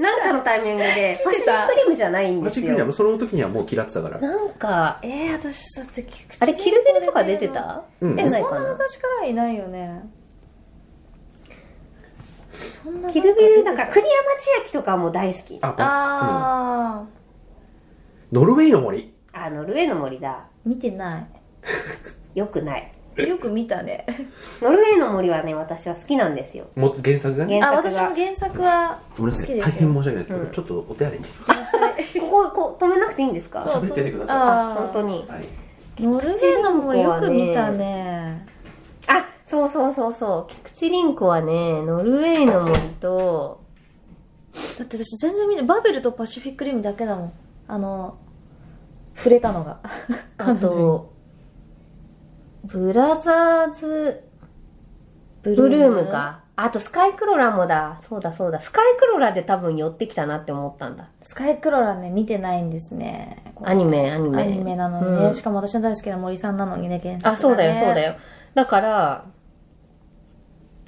B: なんかのタイミングでパ
C: 来
B: シフ
C: てた
B: ィックリムじゃないん
A: パ
B: で
A: チ
B: す
A: クリア
B: よ
A: もその時にはもう嫌ってたから
B: なんか
C: うえー、私だって
B: あれキルベルとか出てた
A: うん
B: 出
C: え
B: ない
C: そん
B: か
C: な
B: な
C: 昔からいないよねそんななん
B: キ
C: か
B: ルベルだから栗山千明とかも大好き
A: ああ、
C: ああ、
A: うん、ノルウェーの森
B: あノルウェーの森だ
C: 見てな
B: よくない
C: いよく見たね
B: ノルウェーの森はね私は好きなんですよ
A: もう原作がね
C: あ
B: 原作
C: 私
B: が
C: も原作は
A: ごめんなさい大
C: 好きです
A: 変申
C: よ
A: し訳ないですけど、
B: うん
A: ちょっとお手洗いに
B: こここう止めなくていいんですか
C: そう
A: 喋っててください
B: あ
C: あ
B: 本当
C: に
B: に
A: はい
C: ノルウェーの森よく見たね
B: あそうそうそうそう菊池凛子はねノルウェーの森と
C: だって私全然見てバベルとパシフィックリムだけだもんあの触れたのが
B: あとブラザーズ
C: ブ
B: ブルームかあとスカイクロラもだそうだそうだスカイクロラで多分寄ってきたなって思ったんだ
C: スカイクロラね見てないんですね
B: アニメアニメ
C: アニメなのにね、
B: うん
C: しかも私の大好きな森さんなのにね原作がね
B: あ、そうだよ、そうだよ。だから、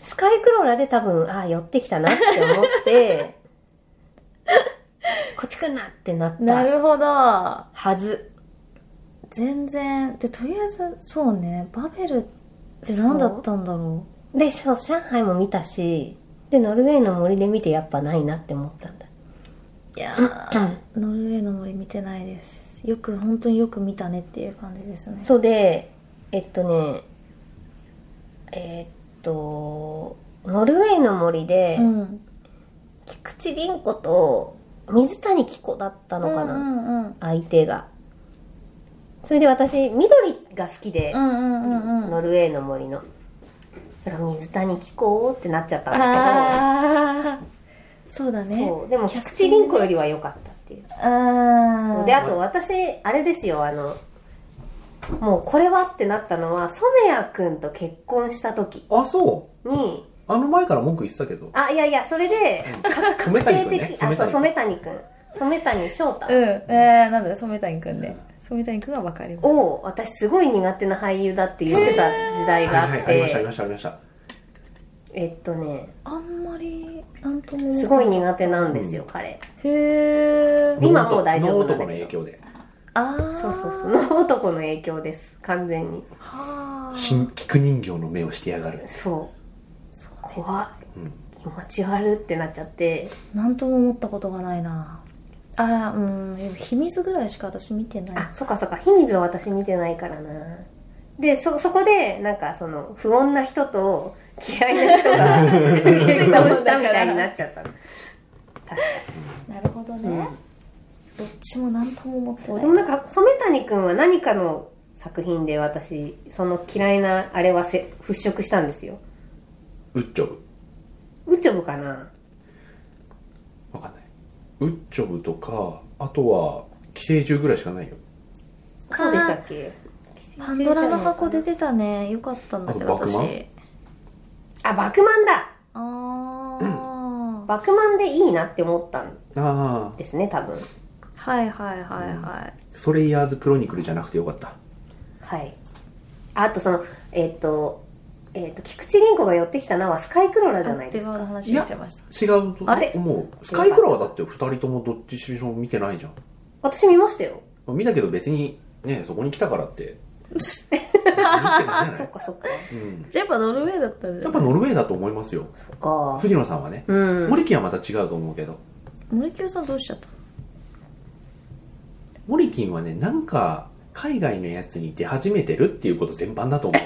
B: スカイクローラで多分、あ、寄ってきたなって思って、 こっち来んなってなった
C: なるほど
B: はず。
C: 全然でとりあえずそうねバベルって何だったんだろ
B: で、そう、上海も見たし、で、ノルウェーの森で見てやっぱないなって思 ったんだ。
C: ういやーノルウェーの森見てないですよく本当によく見たねっていう感じですね
B: そうで、えっとね、えっと、ノルウェーの森で、
C: うん
B: 菊池凛子と水谷希子だったのかな。
C: うんうんうん
B: 相手がそれで私緑が好きで
C: う、んうんうんうん
B: ノルウェーの森のだから水谷希子ってなっちゃったんだ
C: ああそうだ
B: けど、
C: ね
B: そうでも菊池凛子よりは良かったっていう
C: ああ
B: であと私あれですよあのもうこれはってなったのは染谷君と結婚した時
A: あそう
B: に
A: あの前から文句言ってたけど
B: あいやいやそれで
A: 染
B: 確
A: 谷
B: 定
A: 君
B: 的、
A: ね
B: あそう
A: 染
B: 染谷君染谷翔太、
C: うんえー、なんだ染谷くんね染谷くんは分かります
B: を私すごい苦手な俳優だって言ってた時代が
A: は
B: あ
A: い
B: っ
A: はいありましたあ
B: て
A: りましたありました
B: えっとね
C: あんまりなんとも
B: すごい苦手なんですよ、彼。
C: へえ
B: 今もう大丈夫
A: ノート
B: な
A: の
B: んだ
A: 影
B: けど
A: 響で
C: ああ
B: そうそうそう。の男の影響です、完全に。
C: はあ
A: 新菊人形の目をしてやがる
B: そう。怖い。
A: うん
B: 気持ち悪ってなっちゃって。
C: なんとも思ったことがないなあーうん秘密ぐらいしか私見てない
B: あ、そっかそっか。秘密を私見てないからな。で、そ、そこで、なんかその、不穏な人と嫌いな人 が結婚したみたいになっちゃったの。
C: なるほどね、どっちもなんとも思って
B: そう
C: な
B: でもないんか、染谷くんは何かの作品で私、その嫌いなあれはせ払拭したんですよ。
A: ウッチョブ
B: ウッチョブかな
A: わかんないウッチョブとかあとは寄生獣ぐらいしかないよ
B: そうでしたっけ
C: パンドラの箱出てたねよかったんだけど
A: あとバクマン
C: 私
B: あ、バクマンだ
C: ああ、
B: バクマンでいいなって思ったん
A: ああ
B: ですね、多分。
C: はいはいはいはい、
A: ソレイヤーズクロニクルじゃなくてよかった
B: はい。あとその、えっ、と、えっ、と、菊池凛子が寄ってきたのはスカイクロラじゃ
C: あ
B: ない
C: って
B: です
C: いう
B: か。
C: 話をしてました
A: 違うと
B: あれ
A: 思うスカイクロはだって2人ともどっちしろ見てないじゃん
B: 私見ましたよ。
A: 見たけど別にねそこに来たからって
B: あ、そっかそっか。
A: うん
C: じゃあやっぱノルウェーだったんだ
A: やっぱノルウェーだと思いますよ
B: そっか。
A: 藤野さんはね
B: うん。
A: 森木はまた違うと思うけど
C: 森清さんどうしちゃった
A: 森木はねなんか海外のやつに出始めてるっていうこと全般だと 思う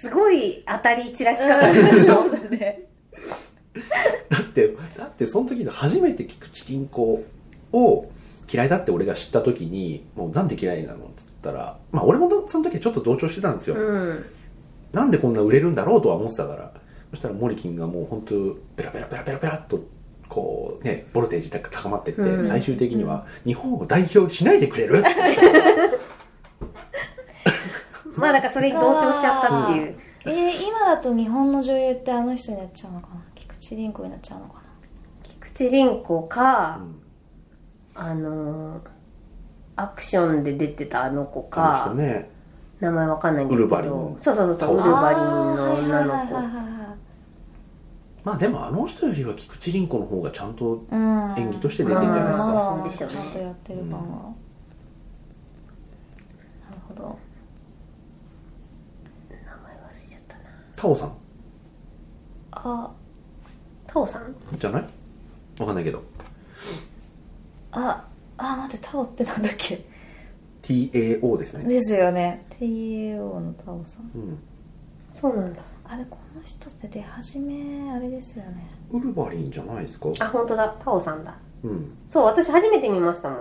B: すごい当たり散らし方ですよ。
C: だね
A: だってだってその時の初めて菊池銀行を嫌いだって俺が知った時にもうなんで嫌いなのっつったらまあ俺もその時はちょっと同調してたんですよ、
B: うん。
A: なんでこんな売れるんだろうとは思ってたからそしたらモリキンがもう本当ペラペラペラペラペラっとこうねボルテージ高高まってって、
B: うん
A: 最終的には日本を代表しないでくれる
B: まあだからそれに同調しちゃったっていう。
C: えー、今だと日本の女優ってあの人になっちゃうのかな菊池凛子になっちゃうのかな
B: 菊池凛子
A: う
B: か、
A: ん
B: あのーアクションで出てたあの子
A: あの人
B: か、
A: ね
B: 名前わかんないんですけど。
A: ウルヴァリン
B: そうそうそうそう、ウル
A: ウ
B: ヴァリンの女の
C: あーはいはいはい
B: 子。
C: はいはい
A: ままあでもあの人よりは菊池凛子の方がちゃんと
C: うん
A: 演技として
B: 出てんじゃないですか
C: まだ
B: そうでしょうね
C: ちゃんとやってるかな、なるほど
B: 名前忘れちゃったな
A: タオさん
C: あ
B: タオさん
A: じゃないわかんないけど
C: ああ待ってタオってなんだっけ
A: TAO ですね、
C: ですよね TAO のタオさ
A: う
C: ん
A: ん、
B: そうなんだ
C: あれこの人って出始めあれですよね
A: ウルヴァリンじゃないですか
B: あ本当だタオさんだ
A: うん
B: そう私初めて見ましたもん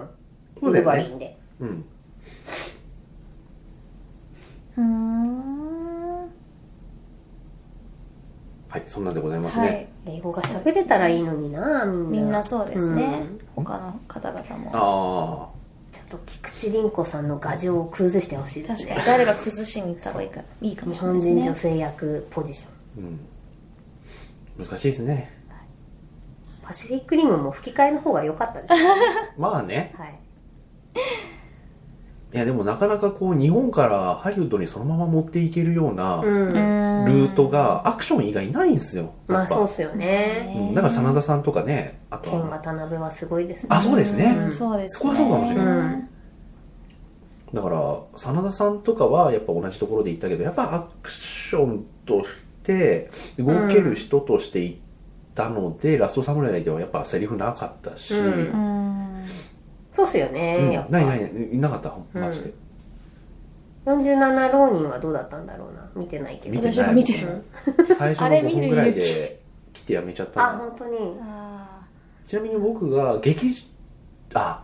A: そう
B: ウ
A: だ
B: ル
A: よ
B: バ
A: ね
B: リンで
A: うん
C: うーん
A: はいそんなんでございます
C: は
A: ね、
C: い
B: 英語が喋れたらいいのになみんな
C: みんなそうですね、
A: うん
C: 他の方々も
A: ああ
B: ちょっと菊池凛子さんの牙城を崩してほしいです
C: 確か
B: ね
C: に誰が崩しに行った方がいいかいいかも
B: 日
C: しれな
B: 本
C: いです
B: 人
C: ね
B: 女性役ポジション
A: うん難しいですね
B: パシフィックリムも吹き替えの方が良かったです
A: まあね
B: はい
A: いやでもなかなかこう日本からハリウッドにそのまま持っていけるようなル
B: うん、
C: うん
A: ートがアクション以外ないんですよ
B: ま
A: や
B: あ
A: っぱ
B: そうっすよね
A: うんだから真田さんとかねあと
B: 剣
A: は
B: 渡辺はすごいですね
A: あそうですね
C: んそうです
A: そ
C: ね
A: こはそうかもしれ
B: ない
A: だから真田さんとかはやっぱ同じところで言ったけどやっぱアクションとして動ける人としていったので、ラストサムライではやっぱセリフなかったし、
B: う
C: うんん
B: そうっすよね、
A: うん
B: やっぱ
A: ないないないいなかったマジで、
B: 47浪人はどうだったんだろうな見てないけ
A: 見
B: ど
A: てない
C: 私が見て
B: う
C: る
B: ん
A: 最初の
C: あれ
A: 5
C: 見る
A: 分ぐらいで来てやめちゃっ
B: あ
A: たの
B: 本当に
C: あ
A: ちなみに僕が劇あ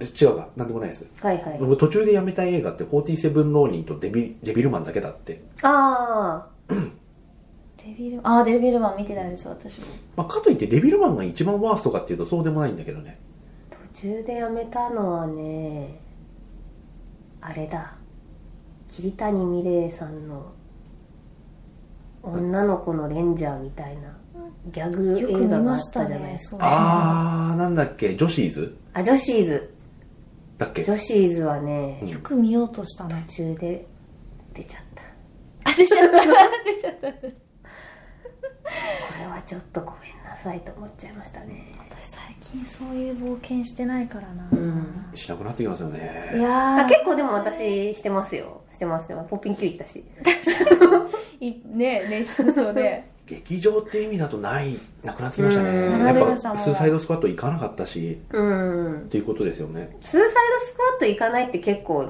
A: 違うかなんでもないです
B: はいはい
A: 僕途中でやめた映画って47浪人とデビデビルマンだけだって、
B: あ
C: ーデビルあーデビルマン見てないです私も
A: まあ、かといってデビルマンが一番ワーストかっていうとそうでもないんだけどね
B: あ途中でやめたのはねあれだ桐谷美玲さんの女の子のレンジャーみたいなギャグ
C: よく
B: 映
C: 見
B: 画があ
C: ま
B: っ
C: したた
B: じゃない
C: ね
B: ですか
C: そう
A: あーなんだっけジョシーズ
B: あ女子ーズ
A: だっけ
B: 女子ーズはね、
A: うん
C: よく見ようとしたね
B: 途中で出ちゃった
C: あ出ちゃった出ちゃった
B: これはちょっとごめんなさいと思っちゃいましたね
C: 私最近そういう冒険してないからな、
B: うん
A: しなくなってきますよ
C: い
A: ね
B: あ
C: やー
B: 結構でも私してますよしてますしてますポッピン Q 行ったし
C: いねねそうそうね
A: 劇場って意味だとないなくなってきましたね
B: うん
A: や
C: 流
A: っ
C: れましたも
A: ぱ
C: ん
A: スーサイドスクワット行かなかったし
B: うん
A: っていうことですよね
B: スーサイドスクワット行かないって結構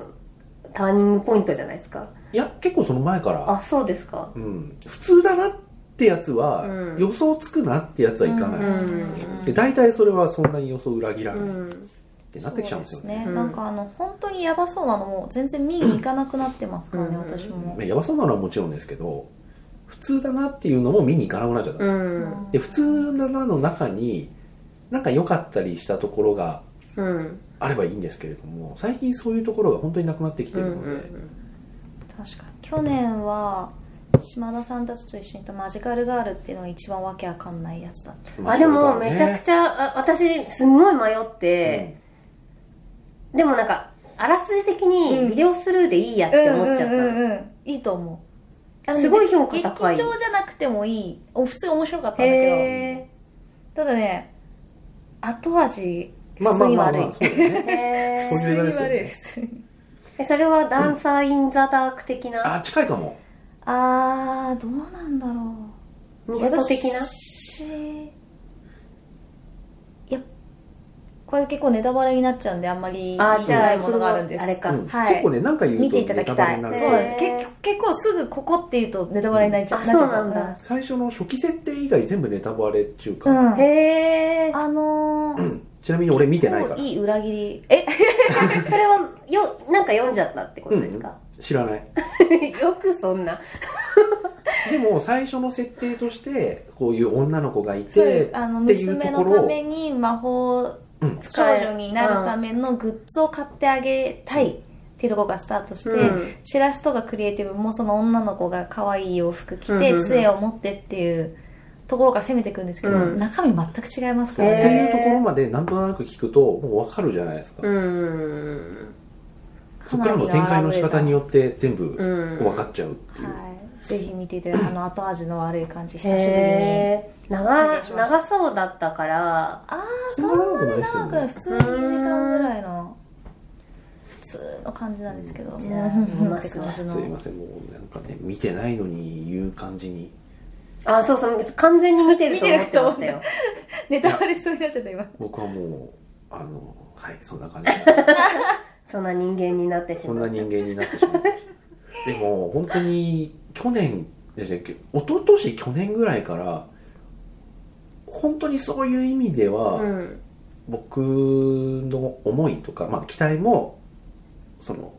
B: ターニングポイントじゃないですか
A: いや結構その前から、
B: あそうですか
A: うん、普通だなってやつは、
B: うん
A: 予想つくなってやつはいかない、
B: うん
A: で大体それはそんなに予想裏切ら
B: う
A: ない、っ
B: ん
A: てなってきちゃうんですよね
C: そう
B: うん
C: なんかあの本当にやばそうなのも全然見に行かなくなってますからね
B: うん
C: 私も
A: まあやばそうなのはもちろんですけど普通だなっていうのも見に行かなくなっちゃった、
B: うん
A: で普通だなの中になんか良かったりしたところが
B: うん
A: あればいいんですけれども最近そういうところが本当になくなってきて
B: う
A: る
B: ん
A: ので、
C: 確かに去年は島田さんたちと一緒に行ったマジカルガールっていうのが一番わけわかんないやつだった
A: ま
B: あでもめちゃく
A: ゃ、
B: ちゃあ私すんごい迷ってでもなんかあらすじ的
C: うん
B: にビデオスルーでいいやって思っちゃった
C: うんうん
B: の
C: うんうんいいと思うあの
B: すごい評価高い
C: 劇場じゃなくてもいいお普通に面白かったんだけ
B: へ
C: どただね後味普
A: まあま
C: 通
A: あ
C: に
A: まあ、
C: 悪
A: ま
C: い、
A: あ、そうだよ
B: ー
A: ね
B: へ
A: そう
B: ー
A: いう映画ですよね
C: 普通に悪い普通に
B: えそれはダンサー・イン・ザ・ダーク的な
A: あ近いかも
C: あーどうなんだろう
B: ミスト的な
C: 私いやこれ結構ネタバレになっちゃうんであんまり
B: あ
C: 言い
B: じ
C: づら
B: ゃ
C: い
B: あ
C: も
B: そ
C: の
B: れ
C: が
B: は
C: あるんです
B: あれか、
A: うん
C: はい
A: 結構ねなんか言うと
C: 見ていただき
A: ネタバ
C: た
A: レ
C: い
A: に
C: そ
A: な
C: う
A: る
B: へー
C: 結結構すぐここっていうとネタバレになっちゃ,、
B: うん
C: なっちゃ
B: あそうなんだ
A: 最初の初期設定以外全部ネタバレっていうか、
C: うん
B: へえ
C: あのー、
A: ちなみに俺見てないか
C: も
A: ら
C: ういい裏切りえ
B: それはよなんか読んじゃったってことですか、
A: 知らない
B: よくそん な
A: でも最初の設定としてこういう女の子がいて
C: そうですあの
A: っていう
C: 娘
A: と
C: の
A: ころ
C: た
A: を
C: めに魔法
A: うん
C: 少女になるためのグッズを買ってあげたいっていうところがスタートして、
B: うん
C: チラシとかクリエイティブもその女の子が可愛い洋服着
B: うんうんう
C: て
B: ん
C: 杖を持ってっていうところから攻めていくんですけど、
B: うん
C: 中身全く違いますか
A: っ
C: ら
A: て
C: ね、
A: いうところまでなんとなく聞くともう分かるじゃないですか、
B: うん
A: そこからの展開の仕方に
C: よ
A: よって全部
B: うん
A: 分かっちゃうって
C: っ
A: いう、
C: はい、ぜひ見ていただいてあの後味の悪い感じ久しぶりに
B: へー長長そうだったから
C: ああ
A: そ
C: そ
A: んなん長く
C: な
A: ない
C: に
A: っすよね
C: 長く普通に2時間ぐらいの普通の感じなんですけど
B: じゃあ
C: もう
B: 見ます
C: テクノスの
A: すいませんもうなんかね見てないのに言う感じに
B: あそうそう完全に見てると思ってましたよ
C: ネタバレしそうになっちゃった今
A: 僕はもうあのはいそんな感じ
B: そんな人間になってし
A: そん
B: ま
A: な
B: う
A: 人間になってしまいましたでも本当に去年でしたっけ一昨年去年ぐらいから本当にそういう意味では、
B: うん
A: 僕の思いとか、まあ、期待もその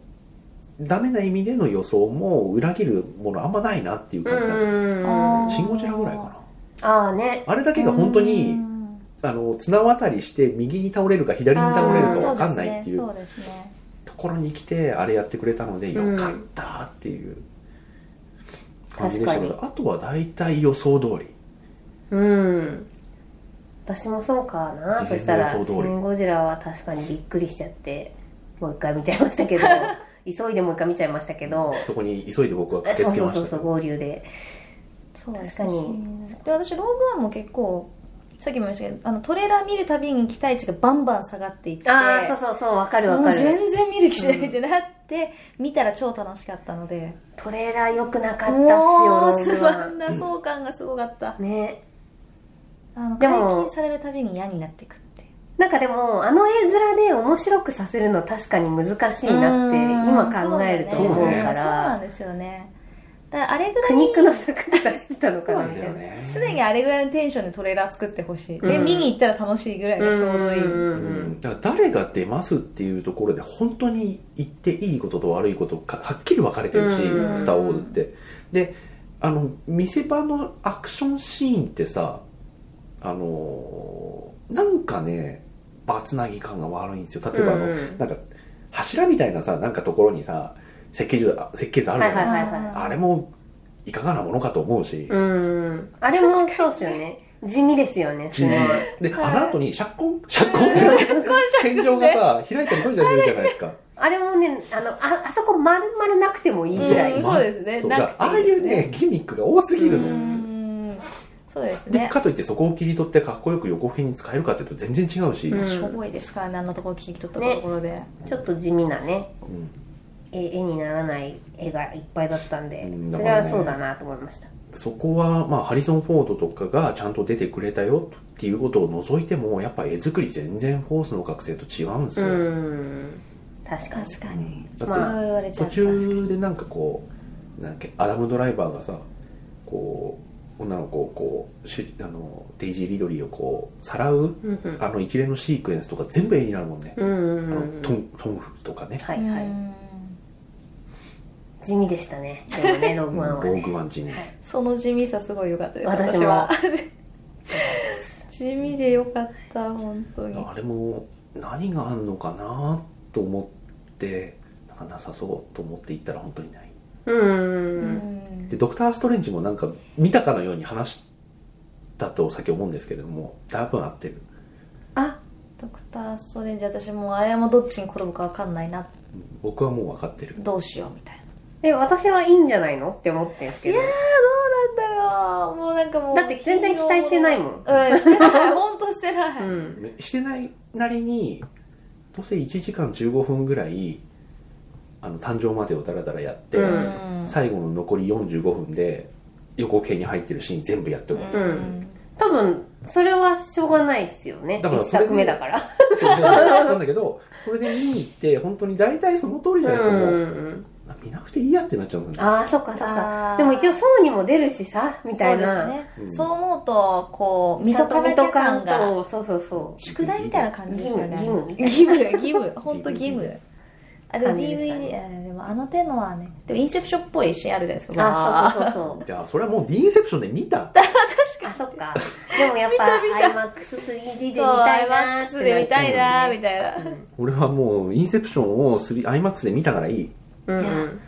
A: ダメな意味での予想も裏切るものあんまないなっていう
B: う
A: 感じなんですよ
B: ん
C: あー
A: シン・ゴジラぐらいかな
B: ああね
A: あれだけが本当
C: う
A: に
C: ん
A: あの綱渡りして右に倒れるか左に倒れる
B: あー
A: か分かんないってい
C: そううですねそうですね
A: ところに来てあれやってくれたので
B: うん
A: よかったっていう感じでしたけどあとは大体予想通り
B: うん私もそうか
A: 事前
B: な
A: の
B: そしたら
A: 予想
B: 「シ
A: 通り
B: ン・ゴジラ」は確かにびっくりしちゃってもう一回見ちゃいました けど急いでもう一回見ちゃいましたけど
A: そこに急いで僕は駆け
B: そ
A: つ
B: う
A: け
B: そう
A: ま
B: そ
A: し
B: う
A: た
B: そう
A: よ
B: 合流で
C: そうです
B: 確かに
C: で私ローグワンも結構さっきも言いましたけどあのトレーラー見るたびに期待値がバンバン下がっていって
B: ああそうそうそうわかるわ
C: も
B: か
C: う
B: る
C: 全然見る気しないってなって、見たら超楽しかったので
B: トレーラー良くなかったっすよ
C: も
B: ロ
C: う
B: ン
C: す
B: グ
C: ば
B: は
C: んだそう感がすごかった、
B: ね
C: あの
B: で
C: 解
B: も
C: 禁されるたびに嫌になっていくっていう
B: なんかでもあの絵面で面白くさせるの確かに難しいなって今考えると思うか
C: そうな
B: ら
C: んですよねだからあれぐら
B: 苦
C: い
B: 肉の策で出してたのか
A: な
B: なんみ
A: だ
B: た
A: よ
B: いな
A: ね
C: 常にあれぐらいのテンションでトレーラー作ってほしい、で
B: うん
C: 見に行ったら楽しいぐらいがちょう
B: んん
C: どいい、
A: うん
B: うん
A: だから誰が出ますっていうところで本当に言っていいことと悪いことかはっきり分かれてるし「
B: うん
A: スター・ウォーズ」ってであの見せ場のアクションシーンってさあのーなんかね場つなぎ感が悪いんですよ例えばあの、
B: うん
A: なんか柱みたいなさなんかところにさ設計図あ設計図あるじゃないですか、
B: はいはい
A: あれもいかがなものかと思うし、
B: うんあれもそうですよね地味ですよねす
A: 地
B: ごい
A: 味で、あの後にシャッコンシャッコンって天井がさ開いたり閉じたりするじゃないですか
B: あれもねあのああそこ丸々なくてもいいぐら
C: う
B: い
C: んそうですね
A: そう
C: な
A: だ
C: く
A: から
C: て
A: ああいうねギミックが多すぎる
C: う
A: の、
C: んそうです
A: で
C: ね
A: かといってそこを切り取ってかっこよく横編に使えるかっていうと全然違うし、
B: うん
C: しょぼいですからねあんなところ切り取ったところで、
B: ちょっと地味なね
A: うん
B: 絵絵にならない絵がいっぱいだったんで
A: うん
B: それは
A: だからね
B: そうだなと思いました
A: そこは、まあ、ハリソン・フォードとかがちゃんと出てくれたよっていうことを除いてもやっぱ絵作り全然フォースの学生と違うんです
B: う
A: よ、
B: ん確かに
C: 確か
A: う
C: に、
A: んだって
B: まあ
C: そう言われち
A: 途
C: ゃった
A: 中でなんかこうなんだっけアダム・ドライバーがさこう女の子をこうしあのデイジー・リドリーをこうさらう
B: うんうん
A: あの一連のシークエンスとか全部絵になるもんね、
B: うんうん
A: あ
B: う
A: の
B: ん
A: トントンフとかね
B: は
C: はいいは
B: はいい地味でしたねで もねログワンは
A: ローグ
B: ね
A: ワン地味
C: その地味さすごい良かったです
B: 私
C: 私
B: も
C: は 地味で良かった本当に
A: あれも何があんのかなと思ってなんかなさそうと思って行ったら本当にない
B: うん
C: う
B: うんうん
C: ん
A: でドクター・ストレンジもなんか見たかのように話だと先思うんですけれども多分合ってる
B: あ
C: ドクター・ストレンジ私もうあれもどっちに転ぶか分かんないな
A: うん僕はもう分かってる
C: どうしようみたいな
B: え私はいいんじゃないのって思ってんすけど
C: どうなんだろうもうなんかもう
B: だって全然期待してないもん
C: うんしてない本当してない、
B: うん
A: してないなりにどうせ1時間15分ぐらいあの誕生までをダラダラやって、
B: うん
A: 最後の残り45分で横系に入ってるシーン全部やってもらう、
B: うん多分それはしょうがないっすよね
A: だから
B: 一
A: それで
B: 作目だから
A: なんだけどそれで見に行って本当に大体その通りじゃないですか、もう
B: うん
A: あ見なくていいやってなっちゃうんですよね
B: ああそっかそっ
C: あ
B: か
C: ー
B: でも一応そうにも出るしさみたいな
C: そうですね、
A: うん
C: そう思うとこう見
B: ちゃ
C: と
B: んと
C: かな
B: 見
C: き
B: と
C: ゃ
B: か
C: 感
B: ん
C: が
B: とそうそうそう
C: 宿題みたいな感じですよね
B: 義務
C: 義務義務本当義務あでも
B: 感じですか
C: DVD
B: ね
C: えーでもあの手のはねでもインセプションっぽいシーンあるじゃないですか
B: あそう
C: う
B: そうそう
A: じゃあそれはもう「ディインセプション」で見た
B: そうあそっかでもやっぱ iMAX3D で見
C: そう
B: たいなーっ
C: IMAX で見
B: て
C: た
B: っ
C: い
B: ちゃ
C: な
B: うよね
C: ーみたいな、やっ
A: 俺はもう「インセプション」を 3IMAX で見たからいい
B: うんうんうん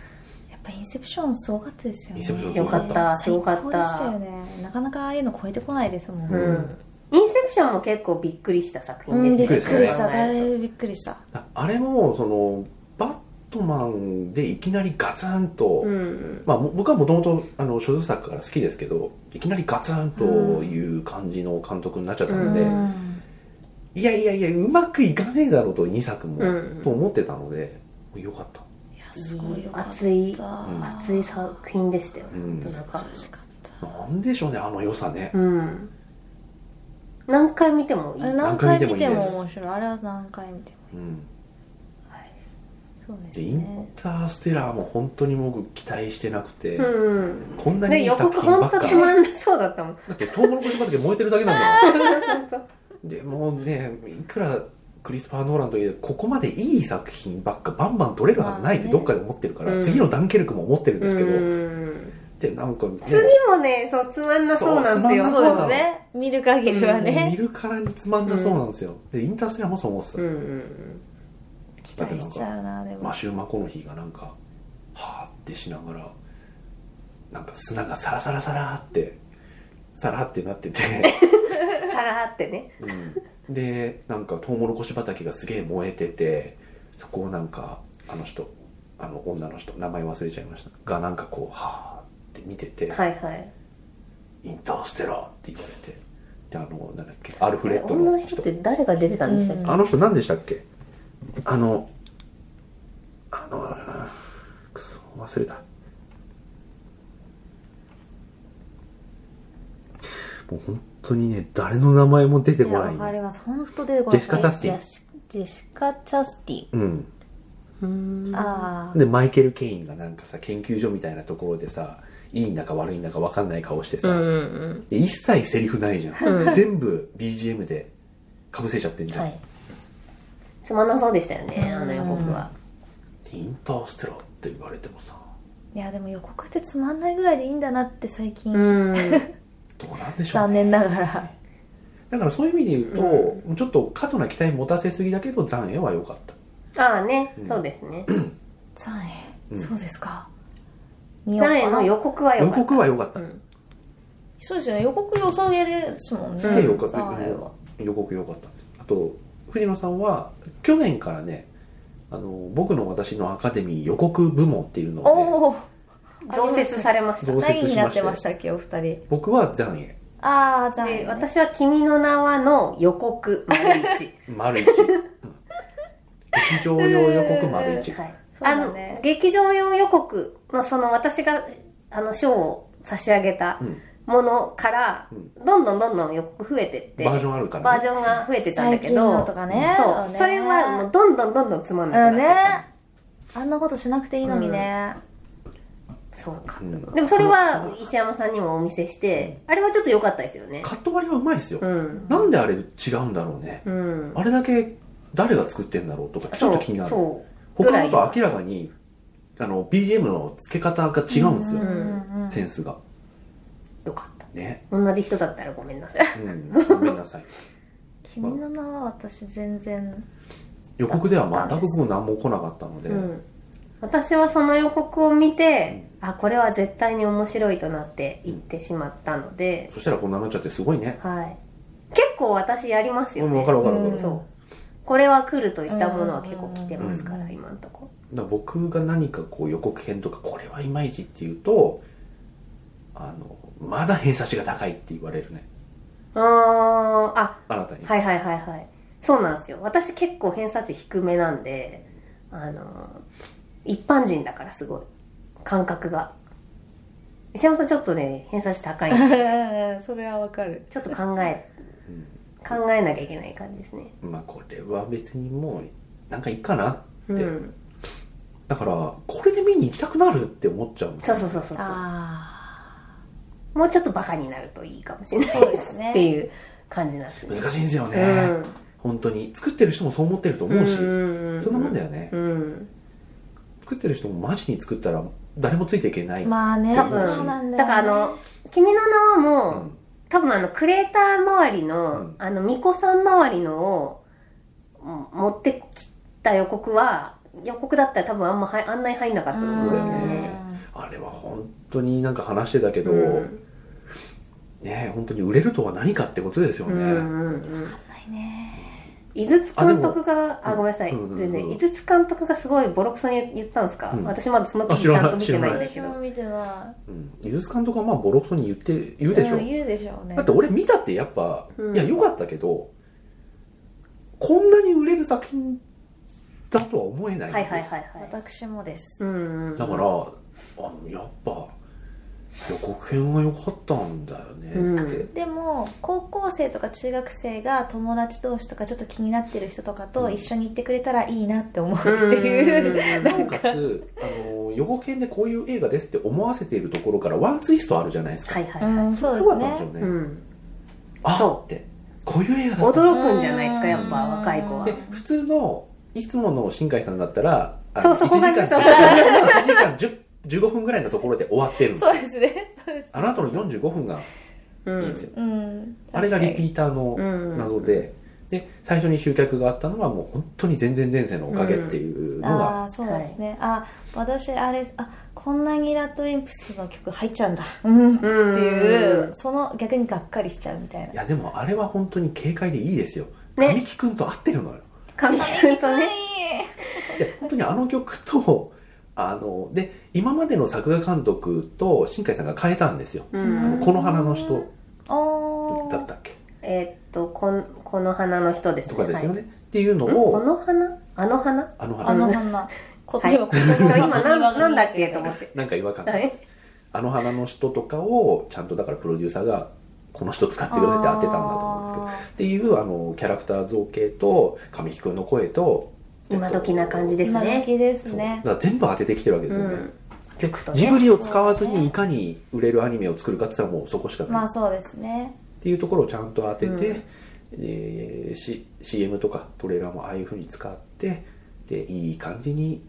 C: ぱインセプションすごかったですよね
A: インセプション
B: よかったす
C: 最
B: ご
C: 高
B: かっ
C: でしたよ
B: た
C: ねなかなかああいうの超えてこないですも
A: う
C: ん、
B: うんん
C: うん
B: インセプションも結構びっくりした作品でし
C: びったく
A: びっくり
C: りし
A: した
B: 考え
C: だ
B: る
C: いぶびっくりした
A: ああれもそのバットマンでいきなりガツンと、
B: うん
A: まあ、も僕はもともとあの所属作から好きですけどいきなりガツンという感じの監督になっちゃったので、
B: う
A: いやいやいやうまくいかねえだろうと2作も、
B: うん
A: と思ってたのでよかった、
C: いやすごいよかった
B: 熱い
A: ん
B: 熱い作品でしたよ、
A: うん
B: 本当なんか
C: 楽しかった
A: なんでしょうねあの良さね、
B: うん何回見てもいい
C: あれ
A: な
C: 何回見ても面白いあれは何回見ても
A: うん、
C: そうです
A: でイン
C: ね
A: ターステラーも本当に僕期待してなくて、
B: うん
A: こんなにい
B: で
A: い
B: 予
A: 作
B: 告
A: 品ば
B: 本
A: っか
B: 当つまんなそうだったもん
A: だってトウモロコシ畑燃えてるだけなんだも
B: そうそう そうん
A: でもうねいくらクリスパー・ノーランといえここまでいい作品ばっかバンバン撮れるはずないって
C: まあね
A: どっかで思ってるから、
B: うん
A: 次のダンケルクも思ってるんですけど、
B: うん
A: でなんかもう
B: 次もねそうつまんなそうなんですよ
A: そうつまんな
C: そうですね見る限りは
A: 見
C: ね
A: るからにつまんなそうなんですよ、でインターステラーもそう思ってた、
B: うんうん
C: 期待しちゃうなでも
A: マシュー・マコノヒーがなんかはーってしながらなんか砂がサラサラサラーってサラーってなってて、
B: うんさらーってね
A: うん、でなんかトウモロコシ畑がすげえ燃えててそこをなんかあの人あの女の人名前忘れちゃいましたがなんかこうはーって見てて、
B: はいはい
A: インターステラーって言われてであのなんだっけアルフレッド
B: 女
A: の
B: の人って誰が出てたんでしたっけ、
A: あの人何でしたっけあの、あの、あーくそ、忘れた。もう本当にね、誰の名前も出て
C: いや
A: こ
C: わか
A: な
C: り
A: い。
C: ます本当出てこ
A: ジェ
C: ない
A: シカ・チャスティン。
B: ジェシカ・チャスティ
A: うん。
B: ン
C: ああ
A: で、マイケル・ケインがなんかさ、研究所みたいなところでさ、いいんだか悪いんだか分かんない顔してさ、
B: うんうん
A: で一切セリフないじゃん。全部 BGM でかぶせちゃってんじ
B: うん
A: ゃん。
B: はいつまんなそうでしたよねあの予告は
A: でインターステラーって言われてもさ、
C: いやでも予告ってつまんないぐらいでいいんだなって最近、
B: うん
A: どうなんでしょうね
C: 残念ながら
A: だからそういう意味で言うと、ちょっと過度な期待持たせすぎだけど残影は良かった
B: ああね
A: うん
B: そうですね
C: 残
A: う
C: 影
A: ん
C: そうですか見よう
B: ザエ
C: か
B: の
C: な
B: 予告は
A: 予
B: 良かった
A: 告は良かった、
B: うん
C: そうですよね予告良さげですもんね
B: うん
A: で良かった、
C: 残影は
A: 予告良かったあと藤野さんは去年からねあの僕の私のアカデミー予告部門っていうのを、ね、
C: おお
B: 増設されました
A: 増設
C: 何になってましたっけお二人
A: 僕は残影
C: ああ残影、
B: で
C: ね、
B: 私は「君の名は」の予告丸一
A: 丸一うん劇場用予告丸一、
B: はい
C: そう
B: あ
C: だ
B: の
C: ね
B: 劇場用予告のその私があの賞を差し上げた
A: うん
B: ものから
A: う
B: どんどんどんどん予告増えてって
A: バージョンあるから、
B: バージョンが増えてたんだけ
C: 最近の
B: ど
C: とかね
B: そうそれはもうどんどんどんどんつまんな
C: う
B: く
C: ん
B: なって
C: ねあんなことしなくていいのにね、
B: そうか
A: うん
B: でもそれ
A: そ
B: は
A: の
B: 石山さんにもお見せしてあれはちょっと良かったですよね
A: カット割りはうまいですよ、
B: うん
A: なんであれ違うんだろうね
B: うん
A: あれだけ誰が作ってんだろうとかちょっと気になる
B: そうぐら
A: 他
B: い
A: のとは明らかにあの BGM の付け方が違うんですよ、
B: うん
C: うんうん
A: センスが
B: そうよかった
A: ね、
B: 同じ人だったらごめんなさい
A: うん、ごめんなさい
C: 君の名は私全然
A: 予告では全く僕何も来なかったので、
B: うん私はその予告を見てあこれは絶対に面白いとなっていってしまったので、
A: そしたらこんなになっちゃってすごいね
B: はい結構私やりますよ
A: 分
B: ね
A: かる分かる分かる、
C: うん
A: だか
B: そうこれは来るといったものは結構来てますか
C: う
B: ら
C: ん
B: 今んとこ
A: ら僕が何かこう予告編とかこれはいまいちっていうとあのまだ偏差値が高いって言われるね
B: あーあ
A: 新たに、
B: はいはいはいはいそうなんですよ私結構偏差値低めなんであの一般人だからすごい感覚が石山さんちょっとね偏差値高いんで
C: それはわかる
B: ちょっと考え
A: うん
B: 考えなきゃいけない感じですね
A: まあこれは別にもうなんかいいかな
B: うん
A: だからこれで見に行きたくなるって思っちゃうもん
B: そうそうそうそう
C: あ
B: もうちょっとバカになるといいかもしれ
C: あ
B: ない
C: そうですね
B: っていう感じなんですね
A: 難しいんですよね、
B: うん
A: 本当に作ってる人もそう思ってると思うし、
B: うん
A: そんなもんだよね、
B: うん
A: 作ってる人もマジに作ったら誰もついていけない、
C: まあね
B: 多分
C: そうなんだよ、ね、
B: だからあの「君の名は」
A: う
B: も
A: ん
B: 多分あのクレーター周りの、
A: うん
B: あの巫女さん周りのをうん持ってきた予告は予告だったら多分あんまは案内入んなかったと思うんですけどね
A: あれは本当になんか話してたけど、
B: うん
A: ね本当に売れるとは何かってことですよ
B: う
A: ね、
B: んうんうん
C: ないね
B: 井筒監督が
A: あ
B: あ
A: でも
B: ごめんなさい、
A: うんうんうん
B: 全然井筒監督がすごいボロクソに言ったんですか、
A: うん
B: 私まだその記
A: あ知
B: 事ち
A: ら
B: ゃ
A: ない
B: んと見てないんだ
C: 私
B: けど
C: も見てな
A: うん井筒監督はまあボロクソに言って言
C: いう
A: でしょ、
C: うん言うでしょうね
A: だって俺見たってやっぱ、
B: うん
A: いや良かったけどこんなに売れる作品だとは思えないん
B: は
A: で
B: い
A: す、
B: はいはいはい
C: 私もです
B: うんうん
A: だからあのやっぱ予告編は良かったんだよねって、
B: うん
C: でも高校生とか中学生が友達同士とかちょっと気になってる人とかと一緒に行ってくれたらいいなって思うってい
B: う
C: う、
B: ん
C: な
A: なお
C: ん
A: か
C: か
A: つあの予告編でこういう映画ですって思わせているところからワンツイストあるじゃないですか、
B: はいはい
C: うん
B: は
C: そうで
A: 良かっ
C: す
A: たんですよね、
B: い、
C: ね
B: うん、
A: あ
B: そう
A: っってこういう映画だった
B: 驚くんじゃないですかやっぱ
C: うん
B: 若い子は
A: で普通のいつもの新海さんだったらあ
B: そ
A: の
B: うそこが
A: 1時間
B: そう
A: 1時間10 15分ぐらいのところで終わってる
C: そうですね そうです
A: あの後の45分が
B: うん
A: いいんですよ、
C: うん
A: あれがリピ
C: ー
A: ーターの
B: うん
A: 謎で、で最初に集客があったのはもう本当に全然前世のおかげっていうの
C: あ
A: が、
C: あーそうですね、あ私あれあこんなにラッドウィンプスの曲入っちゃうんだうんって
B: うん
C: いうその逆にがっかりしちゃうみたい
A: い
C: な
A: やでもあれは本当に軽快でいいですよ
B: ね
A: 神木君と合ってるのよ
B: 神木君とね
C: ね
A: で本当にあの曲とあので今までの作画監督と新海さんが変えたんですよ「
B: うん
A: この花の人
C: お」
A: だったっけ
B: えーっとこんこの花の人です
A: と
B: ね
A: かですよ
B: はい
A: ね、っていうの
B: んこ
A: を
B: の花あの花
A: あの
C: あ
A: 花
C: の花こっ
B: はい
C: ちは言葉
B: 今
C: が
B: なんなんだっけと思って
A: なんか違和感が
B: はい
A: あの花の人とかをちゃんとだからプロデューサーがこの人使ってくださいって当てたんだと思うんですけどっていうあのキャラクター造形と神木君の声と
B: 今時な感じ
A: で
B: です
C: 今
B: ね
C: 時です
A: す
C: ね
A: ね全部当ててきてるわけで
B: う
A: すよね、
B: ん
A: で
B: とね
A: ジブリを使わずにいかに売れるアニメを作るかって言ったらもうそこしかない、
C: まあ
A: っ
C: そうですね
A: ていうところをちゃんと当てて、
B: うん
A: えー C- CM とかトレーラーもああいうふうに使ってでいい感じに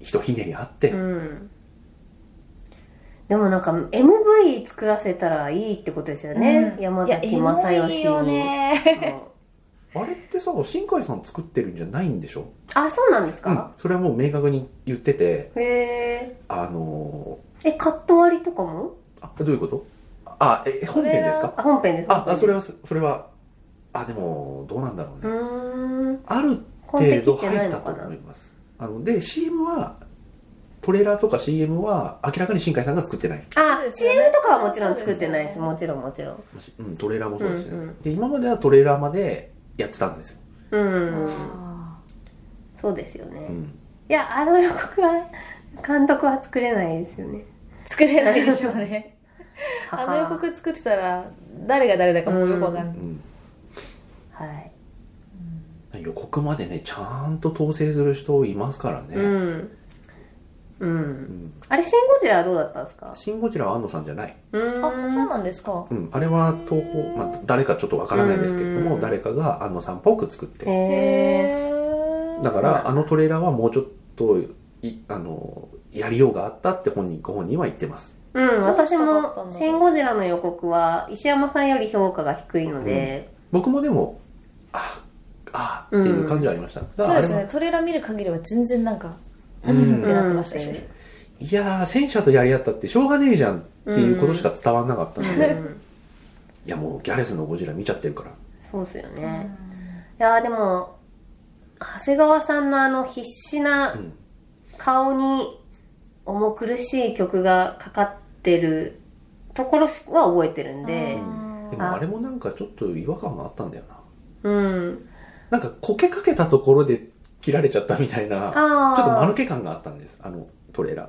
A: ひとひねりあって、
B: うんでもなんか MV 作らせたらいいってことですよね、
C: うん
B: 山崎正義に
C: いやエモいよね
B: そう
A: あれってさ新海さん作ってるんじゃないんでしょ、
B: あそうなんです
A: うん
B: か、、
A: それはもう明確に言ってて
B: へえ
A: あの
B: えカット割りとかも
A: ーあどういうことあえ本編ですか
B: あ本編です
A: ああそれ
B: は
A: はそれはあでもどうなんだろう
B: う
A: ね、
B: ーん
A: ある
B: コ
A: 程
B: ンテ切
A: 度
B: ってな
A: 入っ
B: い
A: た
B: の
A: と
B: か
A: 思
B: ない
A: ますあので CM はトレーラーとか CM は明らかに新海さんが作ってない、
B: あ、
C: そうですよね
B: CM とかはもちろん作ってないです
C: そうですよね
B: もちろんもちろん
A: うん、トレーラーもそうですね、
B: うんうん
A: で今まではトレーラーまでやってたんですよ、
B: う ん
C: あ
B: そうですよね、
A: う
B: い
A: ん、
B: やあの予告は 監督は作れないですよね
C: ー作れないでしょうね
B: は
C: あ
B: は
C: の予告作ってたら誰が誰だかもうよくわかん
A: う
C: ない
A: ん
B: はい
A: 予告までねちゃんと統制する人いますからね、
B: うんう
A: うんん
B: あれ「シン・ゴジラ」はどうだったんですか
A: シン・ゴジラは安野さんじゃない、
B: うーん
C: あそうなんですか
A: うん、あれは東宝、まあ、誰かちょっとわからないですけれど
B: う
A: も
B: ん
A: 誰かが安野さんっぽく作って
B: へえ
C: え
A: だか
B: そうなん
A: ら
B: だ
A: あのトレーラーはもうちょっといあのやりようがあったって本人ご本人は言ってます
B: うん、私
C: どうしたかったん
B: も「
C: だろう
B: シン・ゴジラ」の予告は石山さんより評価が低いので、
A: 僕もでもああっていう感じはありました、だか
C: そう
A: らあ
C: で
A: れ
C: す
A: は
C: ねトレーラー見る限りは全然なんか
A: う
C: うんって
A: ん、
C: なってましたし
A: いやー戦車とやり合ったってしょうがねえじゃんっていうことしか伝わんなかった
B: うん
A: ので、いやもうギャレスのゴジラ見ちゃってるから
B: そうですよね、いやーでも長谷川さんのあの必死な
A: うん
B: 顔に重苦しい曲がかかってるところは覚えてるんで
C: うん
A: でもあれもなんかちょっと違和感があったんだよな
B: うん
A: なんかこけかけたところで切られちゃったみたいなちょ
B: あ
A: っと間抜
B: あ
A: け感があったんですあのトレーラー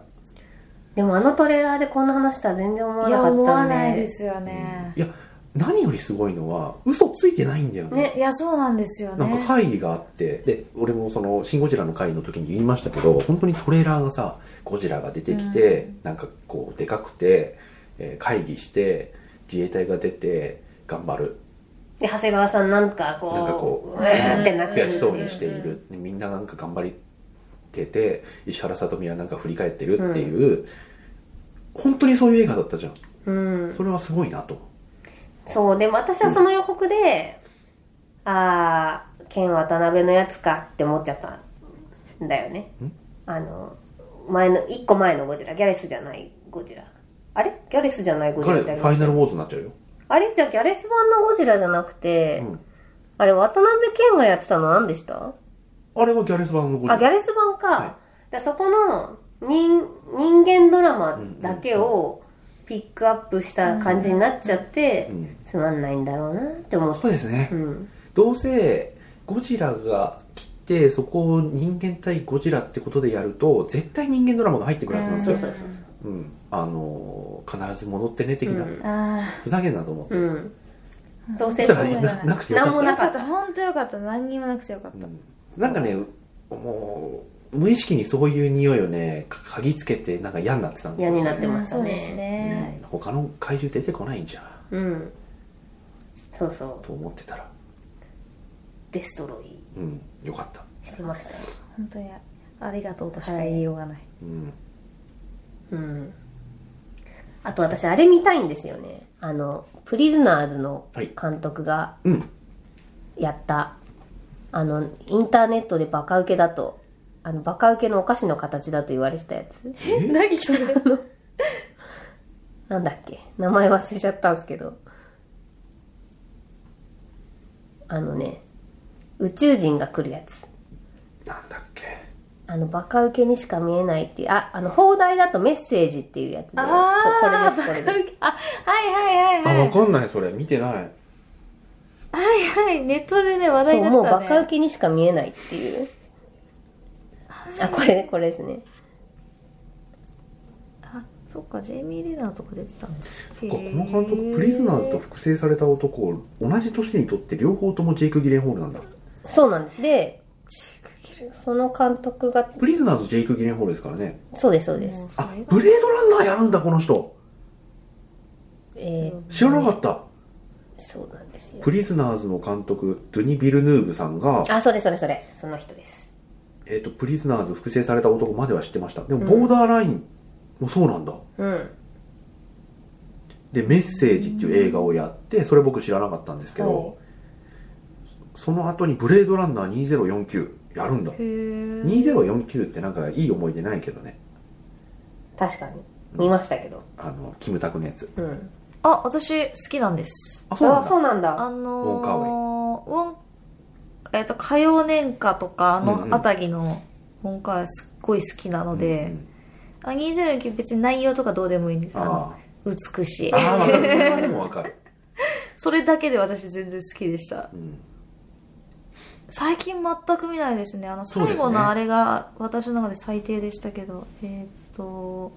B: でもあのトレーラーでこんな話したら全然思わ
C: い
B: な
C: や
B: か
C: 思
B: った
C: わ
B: んで
C: ないですよね
A: いや何よりすごいのは嘘ついてないんだよね
B: ね
C: いやそうなんですよ
A: なん
C: ね
A: か会議があってで俺もその「シン・ゴジラ」の会の時に言いましたけど本当にトレーラーがさゴジラが出てきて、
C: う
A: なんかこうでかくて、えー会議して自衛隊が出て頑張る
B: で長谷川さんなんかこう
A: なんかこう
B: うーんってなって
A: 悔
B: る
A: しそうにしてい
C: うんうん
A: る、でみんななんか頑張りてて石原さとみはなんか振り返ってるっていう、本当にそういう映画だったじゃん
B: うん
A: それはすごいなと
B: そう、でも私はその予告で、ああ、剣渡辺のやつかって思っちゃったんだよね
A: ん。
B: あの、前の、一個前のゴジラ、ギャレスじゃないゴジラ。あれギャレスじゃないゴジラ
A: 彼
B: っ
A: フ
B: てあり
A: ァ
B: ま
A: イ
B: し
A: ナ
B: た
A: ル
B: よ
A: ウォーズになっちゃうよ、
B: あれじゃあギャレス版のゴジラじゃなくて、
A: うん
B: あれ、渡辺謙がやってたの何でした
A: あれはギャレス版のゴジ
B: あ、ギャ
A: ラ
B: レス版か。
A: はい
B: だそこの人人間ドラマだけをピックアップした感じになっちゃって、
A: うん
B: つまんないんだろうなって思っ
A: そうですね
B: た。うん。
A: どうせゴジラが来てそこを人間対ゴジラってことでやると絶対人間ドラマが入ってくるはずなんです
B: そ
A: よ、
B: うそう
A: うんあのー必ず戻ってね的な、
B: うん
C: あ
A: ふざけんなと思って、
B: うん。
C: あ
B: どうせ
A: そし
B: そ
A: た
B: う
A: ら
B: じゃ
A: な
B: ない。
A: なくてよか
B: なんも
A: っ
B: な
C: よ
B: か
C: か
B: っ
C: ったた本当よかった何にもなくてよかった、
A: た、うんなんかねもう無意識にそういう匂いをねか嗅ぎつけてなんか嫌になってたんですよ、
B: 嫌になってましたね
C: うんそうですね
A: うん、他の怪獣出てこないんじゃ
B: うん。そうそ
A: と思ってたら
B: う。デストロイ
A: うんよかった、
B: してましたね。
C: 本当にありがとうとしか言いようがない、
A: うん、
B: うん。あと私、あれ見たいんですよね。あの、プリズナーズの監督が
A: うん
B: やった、あの、インターネットでバカ受けだと、あの、バカ受けのお菓子の形だと言われてたやつ。
A: え
C: 何それ
B: なんだっけ名前忘れちゃったんですけど。あのね、宇宙人が来るやつ。
A: なんだっけ
B: あの、バカ受けにしか見えないっていう、あ、あの、放題だとメッセージっていうやつで。
C: ああ
B: ここれです、これです。
C: あはいはい
A: あ
C: はいはい
A: わかんないそれ見てない
C: はいはいネットでね話題
B: そう、
C: にな
B: もうバ
C: って
B: カ
C: た
B: 受
C: ね
B: けにしか見えないっていう。あ、これ、これですね。
C: あそっかジェイミー・レナーとか出てたんだ
A: この監督プリズナーズと複製された男を同じ年にとって両方ともジェイク・ギレンホールなんだ
B: そうなんです。で、
C: チーク切る
B: その監督が、
A: プリズナーズジェイク・ギレンホールですからね
B: そうです、そうで
C: もう
B: す。
C: そ
A: あ
C: れが
A: ブレードランナーやるんだこの人
B: えー、
A: 知らなかった
B: そうなんですよ
A: プ。リズナーズの監督ドゥニ・ビルヌーブさんが、
B: あ、それそれそれ。その人です。
A: えっとプリズナーズ複製された男までは知ってましたでも
B: うん
A: ボーダーラインもそうなんだ、
B: うん。
A: で「メッセージ」っていう映画をやってそれ僕知らなかったんですけど、
B: はい
A: その後に「ブレードランナー2049」やるんだ
C: へー
A: 2049ってなんかいい思い出ないけどね
B: 確かに。見ましたけど。
A: あのキムタクのやつ
B: うん。
C: あ私好きなんです
A: あそうなん
B: あ、
A: だ
B: そうなんだ。
C: あの
A: ウォンカーウ
C: ーウォンえっと火曜年歌とかあ
A: うんう
C: の
A: ん
C: あたりのウォンカーすっごい好きなので、
A: うんうん
C: あ2049別に内容とかどうでもいいんですあの
A: あ
C: 美しい
A: あああ分かるそれはでも分かる、
C: それだけで私全然好きでした
A: うん、
C: 最近全く見ないですねあの
A: そうです
C: 最
A: ね
C: 後のあれが私の中で最低でしたけど、えーっと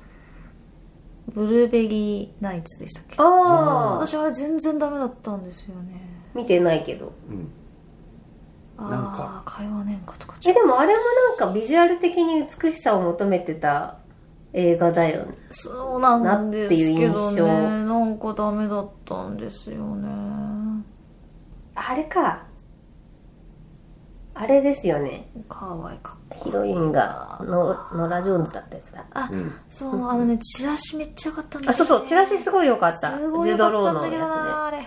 C: ブルーベリーナイツでしたっけ
B: あ
C: 私あれ全然ダメだったんですよね
B: ー、見てないけど。
A: うん、なん
C: あ
A: か
C: あ火曜年歌とかちょ
B: え、
C: っと
B: でもあれもなんかビジュアル的に美しさを求めてた映画だよね。
C: そうなんですけ
B: なっ
C: ど
B: ていう印
C: ね
B: 象
C: なんかダメだったんですよね
B: あれか。あれですよね。
C: かわいかった
B: ヒロインが、の、ノラ・ジョーンズだったやつだ。
C: あ、
A: うん
C: そうあ のねチラシめっちゃ良かったんだ
B: あ、そうそう、チラシすごい良かった。
C: すごい
B: ジ
C: 良
B: ュド
C: か
B: ロ
C: った
B: ー
C: ん
B: の
C: だけど
B: や
C: なあれ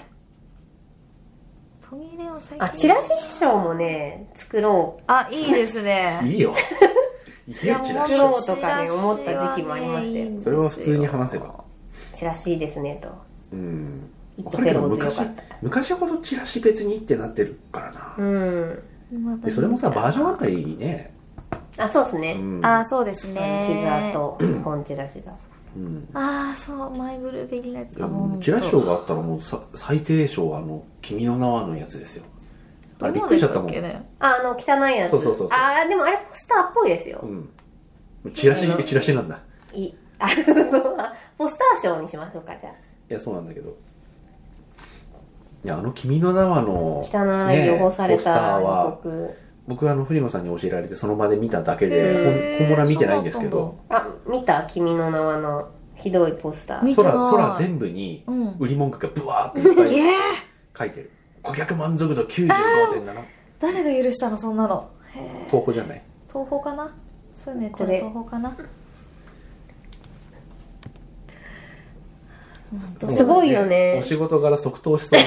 C: トニー・レオン最
B: つね。
C: 近
B: あ、チラシ賞もね、作ろ
C: あいいですね
A: いいよい いよチラシ
B: 作ろうとかね思った時期もありましたよ
A: それは普通に話せば
B: う。チラシいいですね、と。
A: うん
B: イッ
A: わ
B: ト・
A: か
B: フ
A: るけ
B: ェ
A: ど
B: ローズ
A: 昔
B: 良かった。
A: 昔ほどチラシ別にってなってるからな、
B: うん。
A: でそれもさバージョンあ
C: ン
A: ったらいいね、
B: あ、そうです
A: う
B: ね。
A: ん
C: あそうです
B: あのティザ
C: ね
B: ーと本チラシが。
A: うん
C: ああそうマイブルーベリーのやつ
A: で
C: あ
A: も
C: ほんと
A: チラシ賞があったらもうさ最低賞はあの「君の名は」のやつですよあれびっ
C: どう
A: く
C: で
A: りしち
C: し
A: ゃった
C: た
A: も
C: っ
A: ん
C: けね
B: あ、あの、汚いやつ。
A: そうそうそうそう
B: あー、でもあれポスターっぽいですよ。
A: うんチラシってチラシなんだ
B: いい。あの、 あポスター賞にしましょうか、じゃあ。
A: いやそうなんだけどいやあの「君の名は」の
B: 汚い、
A: ね
B: 汚され
A: ポスター
B: た
A: は
B: 予告。
A: 僕はあのフリノさんに教えられてその場で見ただけ
C: へ
A: で
C: ー
A: 本物は見てないんですけ
C: そうなん
A: ど
B: あ、見た君の名はのひどいポスター。
C: 見た
A: 空
C: な
A: 空全部に
C: うん
A: 売り文句がブワーっていっぱ
C: い
A: い
C: え
A: 書いてる顧客満足度95.7
C: 誰が許したのそんなのへえ
A: 東宝じゃない
C: 東宝かなそういうのやっちゃう
B: これ
C: 東宝かなうん
A: もう
B: すごいよね
A: お仕事柄即答しそう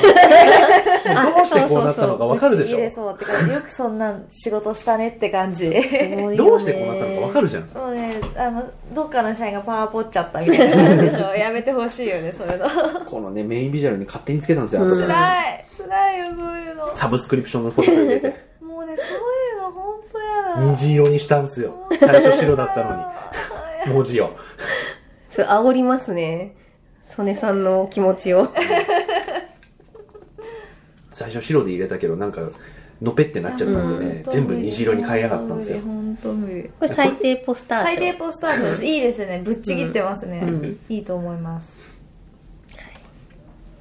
A: もうどうしてこうなったのかわかるでし
C: ぶち切れ
A: ょ
C: そうって感じよくそんな仕事したねって感じ
A: どうしてこうなったのかわか
B: る
A: るじゃん
C: もうねあのどっかの社員がパワーポっちゃったみたいな感じで しょやめてほしいよねそういうの
A: このねメインビジュアルに勝手につけたんですよ、
B: うん
A: 後で
C: 辛い辛いよそういうの
A: サブスクリプションのことを入れて
C: もうねそういうの本当やだ
A: 虹色にしたんですよ最初白だったのに文字を
B: そう煽りますね曽根さんの気持 ちを
A: 最初白で入れたけどなんかのぺってなっちゃったんでね、
C: 本当
A: 全部虹色に変えやがったんですよ
C: 本当無理
B: これ最低ポスター賞
C: 最低ポスターですいいで すねぶっちぎってますね、
B: うん
C: いいと思います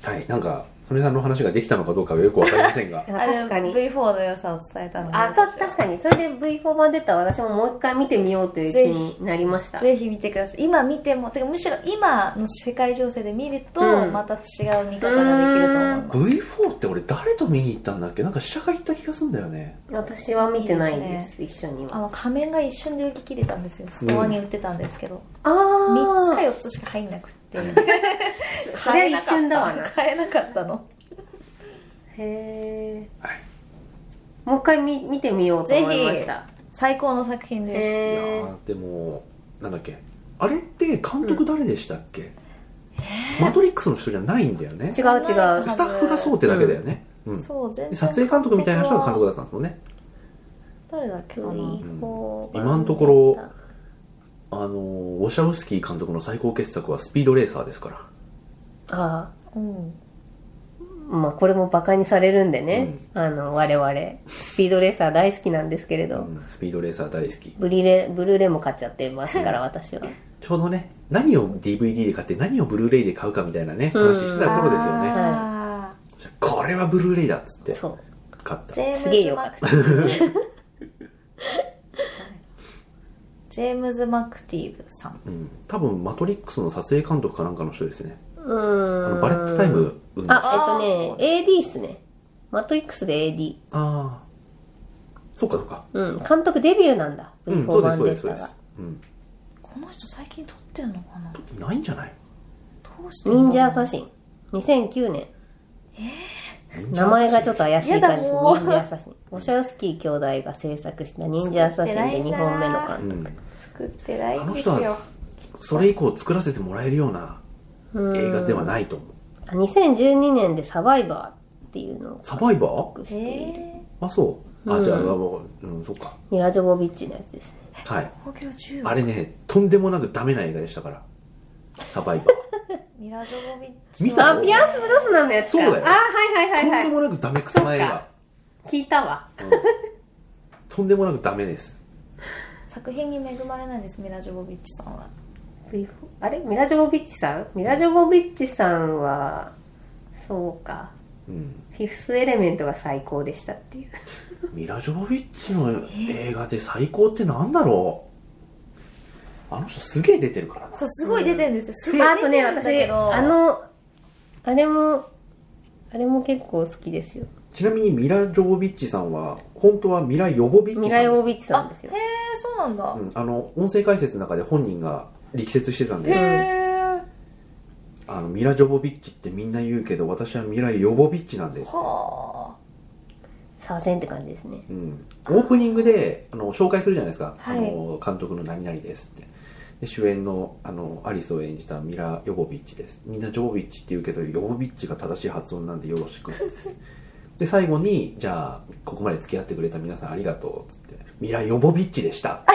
A: はいなんかそれさんの話ができたのかどうかはよくわかりません が
B: あ確かに
C: あでも V4 の良さを伝えたので
B: あそう確かにそれで V4 版出た私ももう一回見てみようという気
C: ぜひ
B: になりました
C: ぜひ見てください今見てもてかむしろ今の世界情勢で見ると、
B: うん
C: また違う見方ができると思います
A: V4 って俺誰と見に行ったんだっけなんか試写会行った気がするんだよね
B: 私は見てないん
C: い
B: で
C: いです
B: 一緒に
C: あ
B: は
C: の仮面が一瞬で売り切れたんですよストアに売ってたんですけど、
B: あ
C: 三3つか
B: あ
C: 4つしか入んなくって
B: それは一瞬だわな
C: 買えなかったの
B: へえ
A: はい
B: もう一回見見てみようと思いました
C: 最高の作品です、
A: いや
B: へえ
A: ーでもなんだっけあれって監督誰でしたっけ、マトリックスの人じゃないんだよね
B: 違う違う
A: スタッフがそうってだけだよね、うん
C: そう全
A: で
C: 然
A: 撮影監督みたいな人が監督だ
C: だ
A: ったんですもんね
C: 誰だっけかな、
A: うん今のところあのーウォシャウスキー監督の最高傑作は「スピードレーサー」ですから
B: あ
C: うん、
B: あまあこれもバカにされるんでね、あの我々スピードレーサー大好きなんですけれ
A: う
B: ど、
A: んスピードレーサー大好き
B: ブリレブルーレイも買っちゃってますから私は
A: ちょうどね何を DVD で買って何をブルーレイで買うかみたいなね話してた頃ですよね
C: あ
A: じゃあこれはブルーレイだっつって
B: そう
A: 買っ
C: ー
A: た
C: ジェームズ
B: すげえよかっ
C: マクジェームズ・マクティーブさん
A: うん、多分マトリックスの撮影監督かなんかの人ですね
B: う
A: あ
B: ー
A: の
B: ん
A: バレットタイム生んだ人
B: あえ
C: あ
B: っとね AD っすねマトリックスで AD
A: ああそうかそうか
B: うん監督デビューなんだ
A: うんそう
B: V4
A: です
B: 版
A: そうで
B: ですし
A: そう
B: た
A: で
B: が
A: す、うん、
C: この人最近撮ってんのかな
A: ないんじゃない
C: どうして
B: 忍者アサシン2009年 名前がちょっと怪しい感じです
C: やだもう
B: 忍者アサシンオシャウスキー兄弟が制作した忍者アサシンで2本目の監
A: うん、
C: 作ってないんです
A: あの人
C: よ
A: はそれ以降作らせてもらえるような
B: 督
A: 映画ではいないと思う
B: 2012年でサバイバーっていうのを
A: サバイバー
B: 作し
C: え
B: ている、
C: ー、
A: あそうあ、
B: うん
A: じゃあもう、うん、そっか
B: ミラジョボビッチのやつですね
A: はい
C: 東京10
A: あれねとんでもなくダメな映画でしたからサバイバー
C: ミラジョボビッチ
A: 見た
B: あ
A: の
B: ピアース・ブロスナンのやつか
A: そうだよ
B: あはいはい
A: とん
B: は
A: で
B: い
A: も
B: は
A: なくダメくそな映画
B: い聞いたわ
A: とんでもなくダメです
C: 作品に恵まれないんですミラジョボビッチさんは
B: V4 あれミラジョボビッチさんミラジョボビッチさんはそうか
A: うん
B: フィフスエレメントが最高でしたっていう
A: ミラ・ジョボビッチの映画で最高ってなんだろうあの人すげえ出てるからな
C: そうすごい出てるんですよすごい
B: あとね
C: 出てるんだ
B: 私
C: けど
B: あのあれもあれも結構好きですよ
A: ちなみにミラ・ジョボビッチさんは本当はミラ・ヨボビッチ
B: ミ
A: さ
B: ラ
A: んで
B: ヨ
A: す
B: ボビッチさんですよ
C: あへえそうなんだ、
A: うん、あの音声解説の中で本人が力説してたんで
C: へえ
A: あのミラ・ジョボビッチってみんな言うけど私はミラ・ヨボビッチなんで、
C: は
B: サーゼンって感じですね
A: うん、オープニングであの紹介するじゃないですか、
C: はい
A: あの監督の何々ですってで主演のあのアリスを演じたミラ・ヨボビッチですみんなジョボビッチって言うけどヨボビッチが正しい発音なんでよろしくで最後にじゃあここまで付き合ってくれた皆さんありがとうっつってミラ・ヨボビッチでしたっ て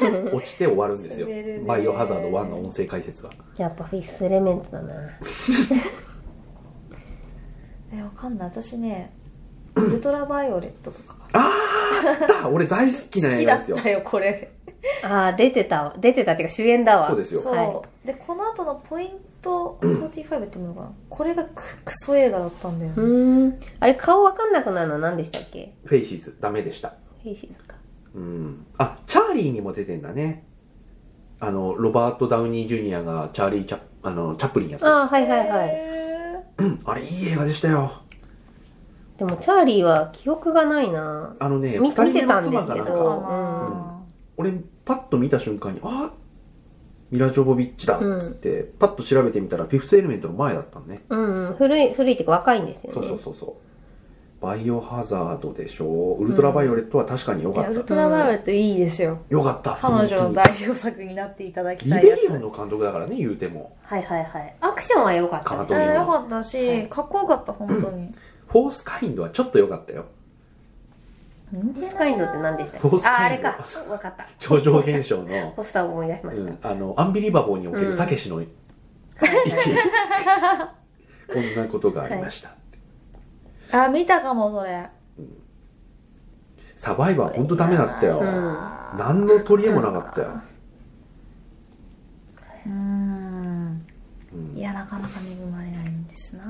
A: 言って落ちて終わるんですよ
C: 滑るね
A: バイオハザード1の音声解説が
B: やっぱフィフスエレメントだな
C: あえわかんない私ねウルトラバイオレットとかが
A: だ俺大好きな
C: 好
A: 映
C: き
A: 画
C: だ
A: で
C: っ
A: すよ
C: たよこれ
B: あー出てたわ出てたっていうか主演だわ
A: そうですよ
C: そう、
B: は
C: でこの後のポイント45ってものかなこれがククソ映画だったんだよ
B: う
C: ね
B: ーんあれ顔わかんなくなるの何でしたっけ
A: フェイシーズダメでした
B: フェイシーズか
A: うんあチャーリーにも出てんだねあのロバート・ダウニー・ジュニアがチャーリー・チャあのチャップリンやった
B: ああ
A: や
B: ーはいはいはい、
C: へ
A: つあれいい映画でしたよ
B: でもチャーリーは記憶がないな
A: あのね
B: み
A: 二人
B: 見
A: 目
B: て
A: の
B: たんで
A: 妻
B: す
A: が
B: け
A: なん
C: ー
B: ど
A: か
C: か
A: 俺パッと見た瞬間にあミラ・ジョボビッチだっ
B: うん
A: つって、パッと調べてみたらフィフス・エレメントの前だったのね
B: うん、うん、古い古いっていうか若いんですよね
A: そうそうそうそうバイオハザードでしょうウルトラバイオレットは確かに良
C: い
A: か
C: や
A: っ
C: ウル
A: た、
C: トラバイオレットいいですよ
A: 良かった
C: 彼女の
A: 本当
C: 代表作になっていただき
A: に
C: た
A: リ
C: いや
A: ベ
C: つ
A: リオンの監督だからね言うても
B: はいはいはいアクションは良かった
A: 監
B: ね
A: 督
C: えーよかったし、
B: はい
C: かっこよかった本当に
A: フォースカインドはちょっと良かったよ
B: フォースカインドって何でしたっ
A: フォース
B: け
A: カイン
B: あ
A: ド
B: あれか分か った
A: 超常現象の、
B: ポスターを思い出しま
A: う
B: した、
A: ん、あのアンビリバボーにおけ
B: う
A: る
B: ん
A: たけしの位置、こんなことがありました、
C: あ見たかもそれ
A: サバイバー本当ダメだったよ、
C: うん
A: 何の取り柄もなかったよ、
C: うーん
A: うん
C: いやなかなか恵まれないんですな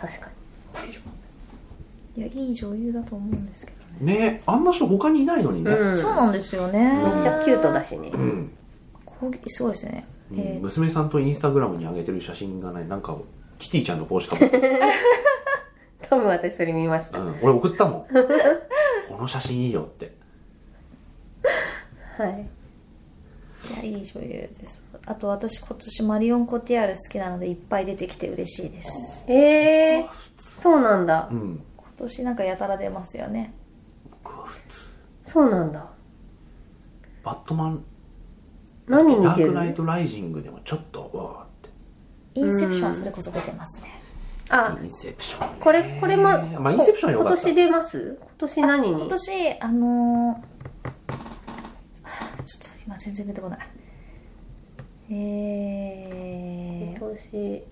B: 確かに
C: いやいい女優だと思うんですけどね、
A: ねあんな人他にいないのにね、
B: うん
C: そうなんですよね
B: めっちゃキュートだしね
A: うん
C: 攻撃すごいですね、
A: うん
C: えー
A: 娘さんとインスタグラムに上げてる写真がねなんかキティちゃんの帽子かぶ ってる、
B: 多分私それ見まし
A: う
B: た、
A: ん、俺送ったもんこの写真いいよって
B: はい
C: いやいい女優ですあと私今年マリオン・コティアール好きなのでいっぱい出てきて嬉しいです
B: えー、そうなんだ
A: うん
C: 今年なんかやたら出ますよね
A: 僕は普通
B: そうなんだ
A: バットマン
B: 何に似
A: ダ
B: て
A: ー
B: る
A: クナイトライジングでもちょっとわ
C: インセプションそれこそ出てますね
A: ーっ
B: あ
A: てインセプションね
B: これこれも、
A: まあインセプションよ
B: 今
A: かった
B: 年出ます今年何に
C: 今年あのー、ちょっと今全然出てこないえ
B: 今
C: ー、
B: 年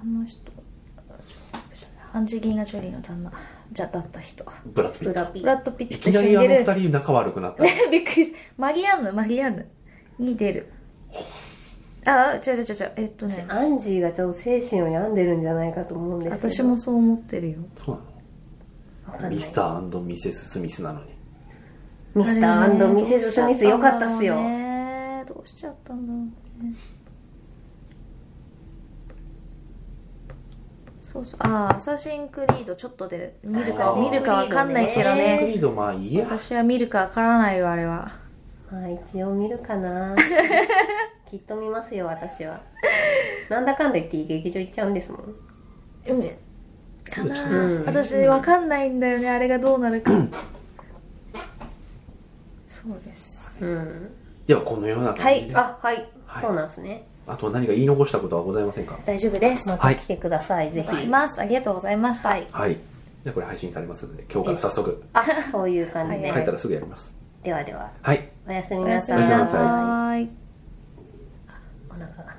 C: あの人アンジェリーナ・ジョリーの旦那じゃだった人
A: ブラッドピ
B: ブ
A: ッ
B: ラ
A: ト
B: ピ
C: ブラッド・ピッ
A: い
C: トと
A: き
C: 一
A: な
C: 緒に
A: りあ
C: 出
A: の
C: る
A: 二人仲悪くなった
C: びっくりしたマリアンヌマリアンヌに出るあ違う違う違う違うえっとね
B: アンジーがちょっと精神を病んでるんじゃないかと思うんですけど
C: 私もそう思ってるよ
A: そう
B: わ
A: な
B: かんな
A: の
B: い
A: ミスターミセス・スミスなのに
B: ミスタ
C: あれね
B: ーミセス・スミスよかったっすよ
C: どうしちゃたんだろうねどうしちゃったんだろうねそうそうああアサシンクリードちょっとで見る
A: あ
C: か
A: ー
C: 見るかわかんないけど
A: アサシンク
C: ね
A: リードまあいいや
C: 私は見るかわからないよあれは
B: まあ一応見るか なきっと見ますよ私はなんだかんだ言って劇場行っちゃうんですもん
C: うん
A: すぐちゃ
B: う
A: うん
C: 私わかんないんだよねあれがどうなるかそうです
B: うん
A: ではこのような感じで、
B: あはい、
A: はい
B: そうなんですね
A: あとは何か言い残したことはございませんか
C: 大丈夫です
B: ま
C: ま
B: た来てください、ぜ
C: たい
B: ひ
C: ますありがとうございました、
B: はい
A: はいじゃあこれ配信されますので今日から早速
B: あそういう感じで、
C: え
A: 帰ったらすぐやります
B: ではでは
A: はい
B: おやすみ
C: お
B: な
C: やす
B: さ
C: み
B: い
C: な
A: おやすみな
C: さい
B: お腹が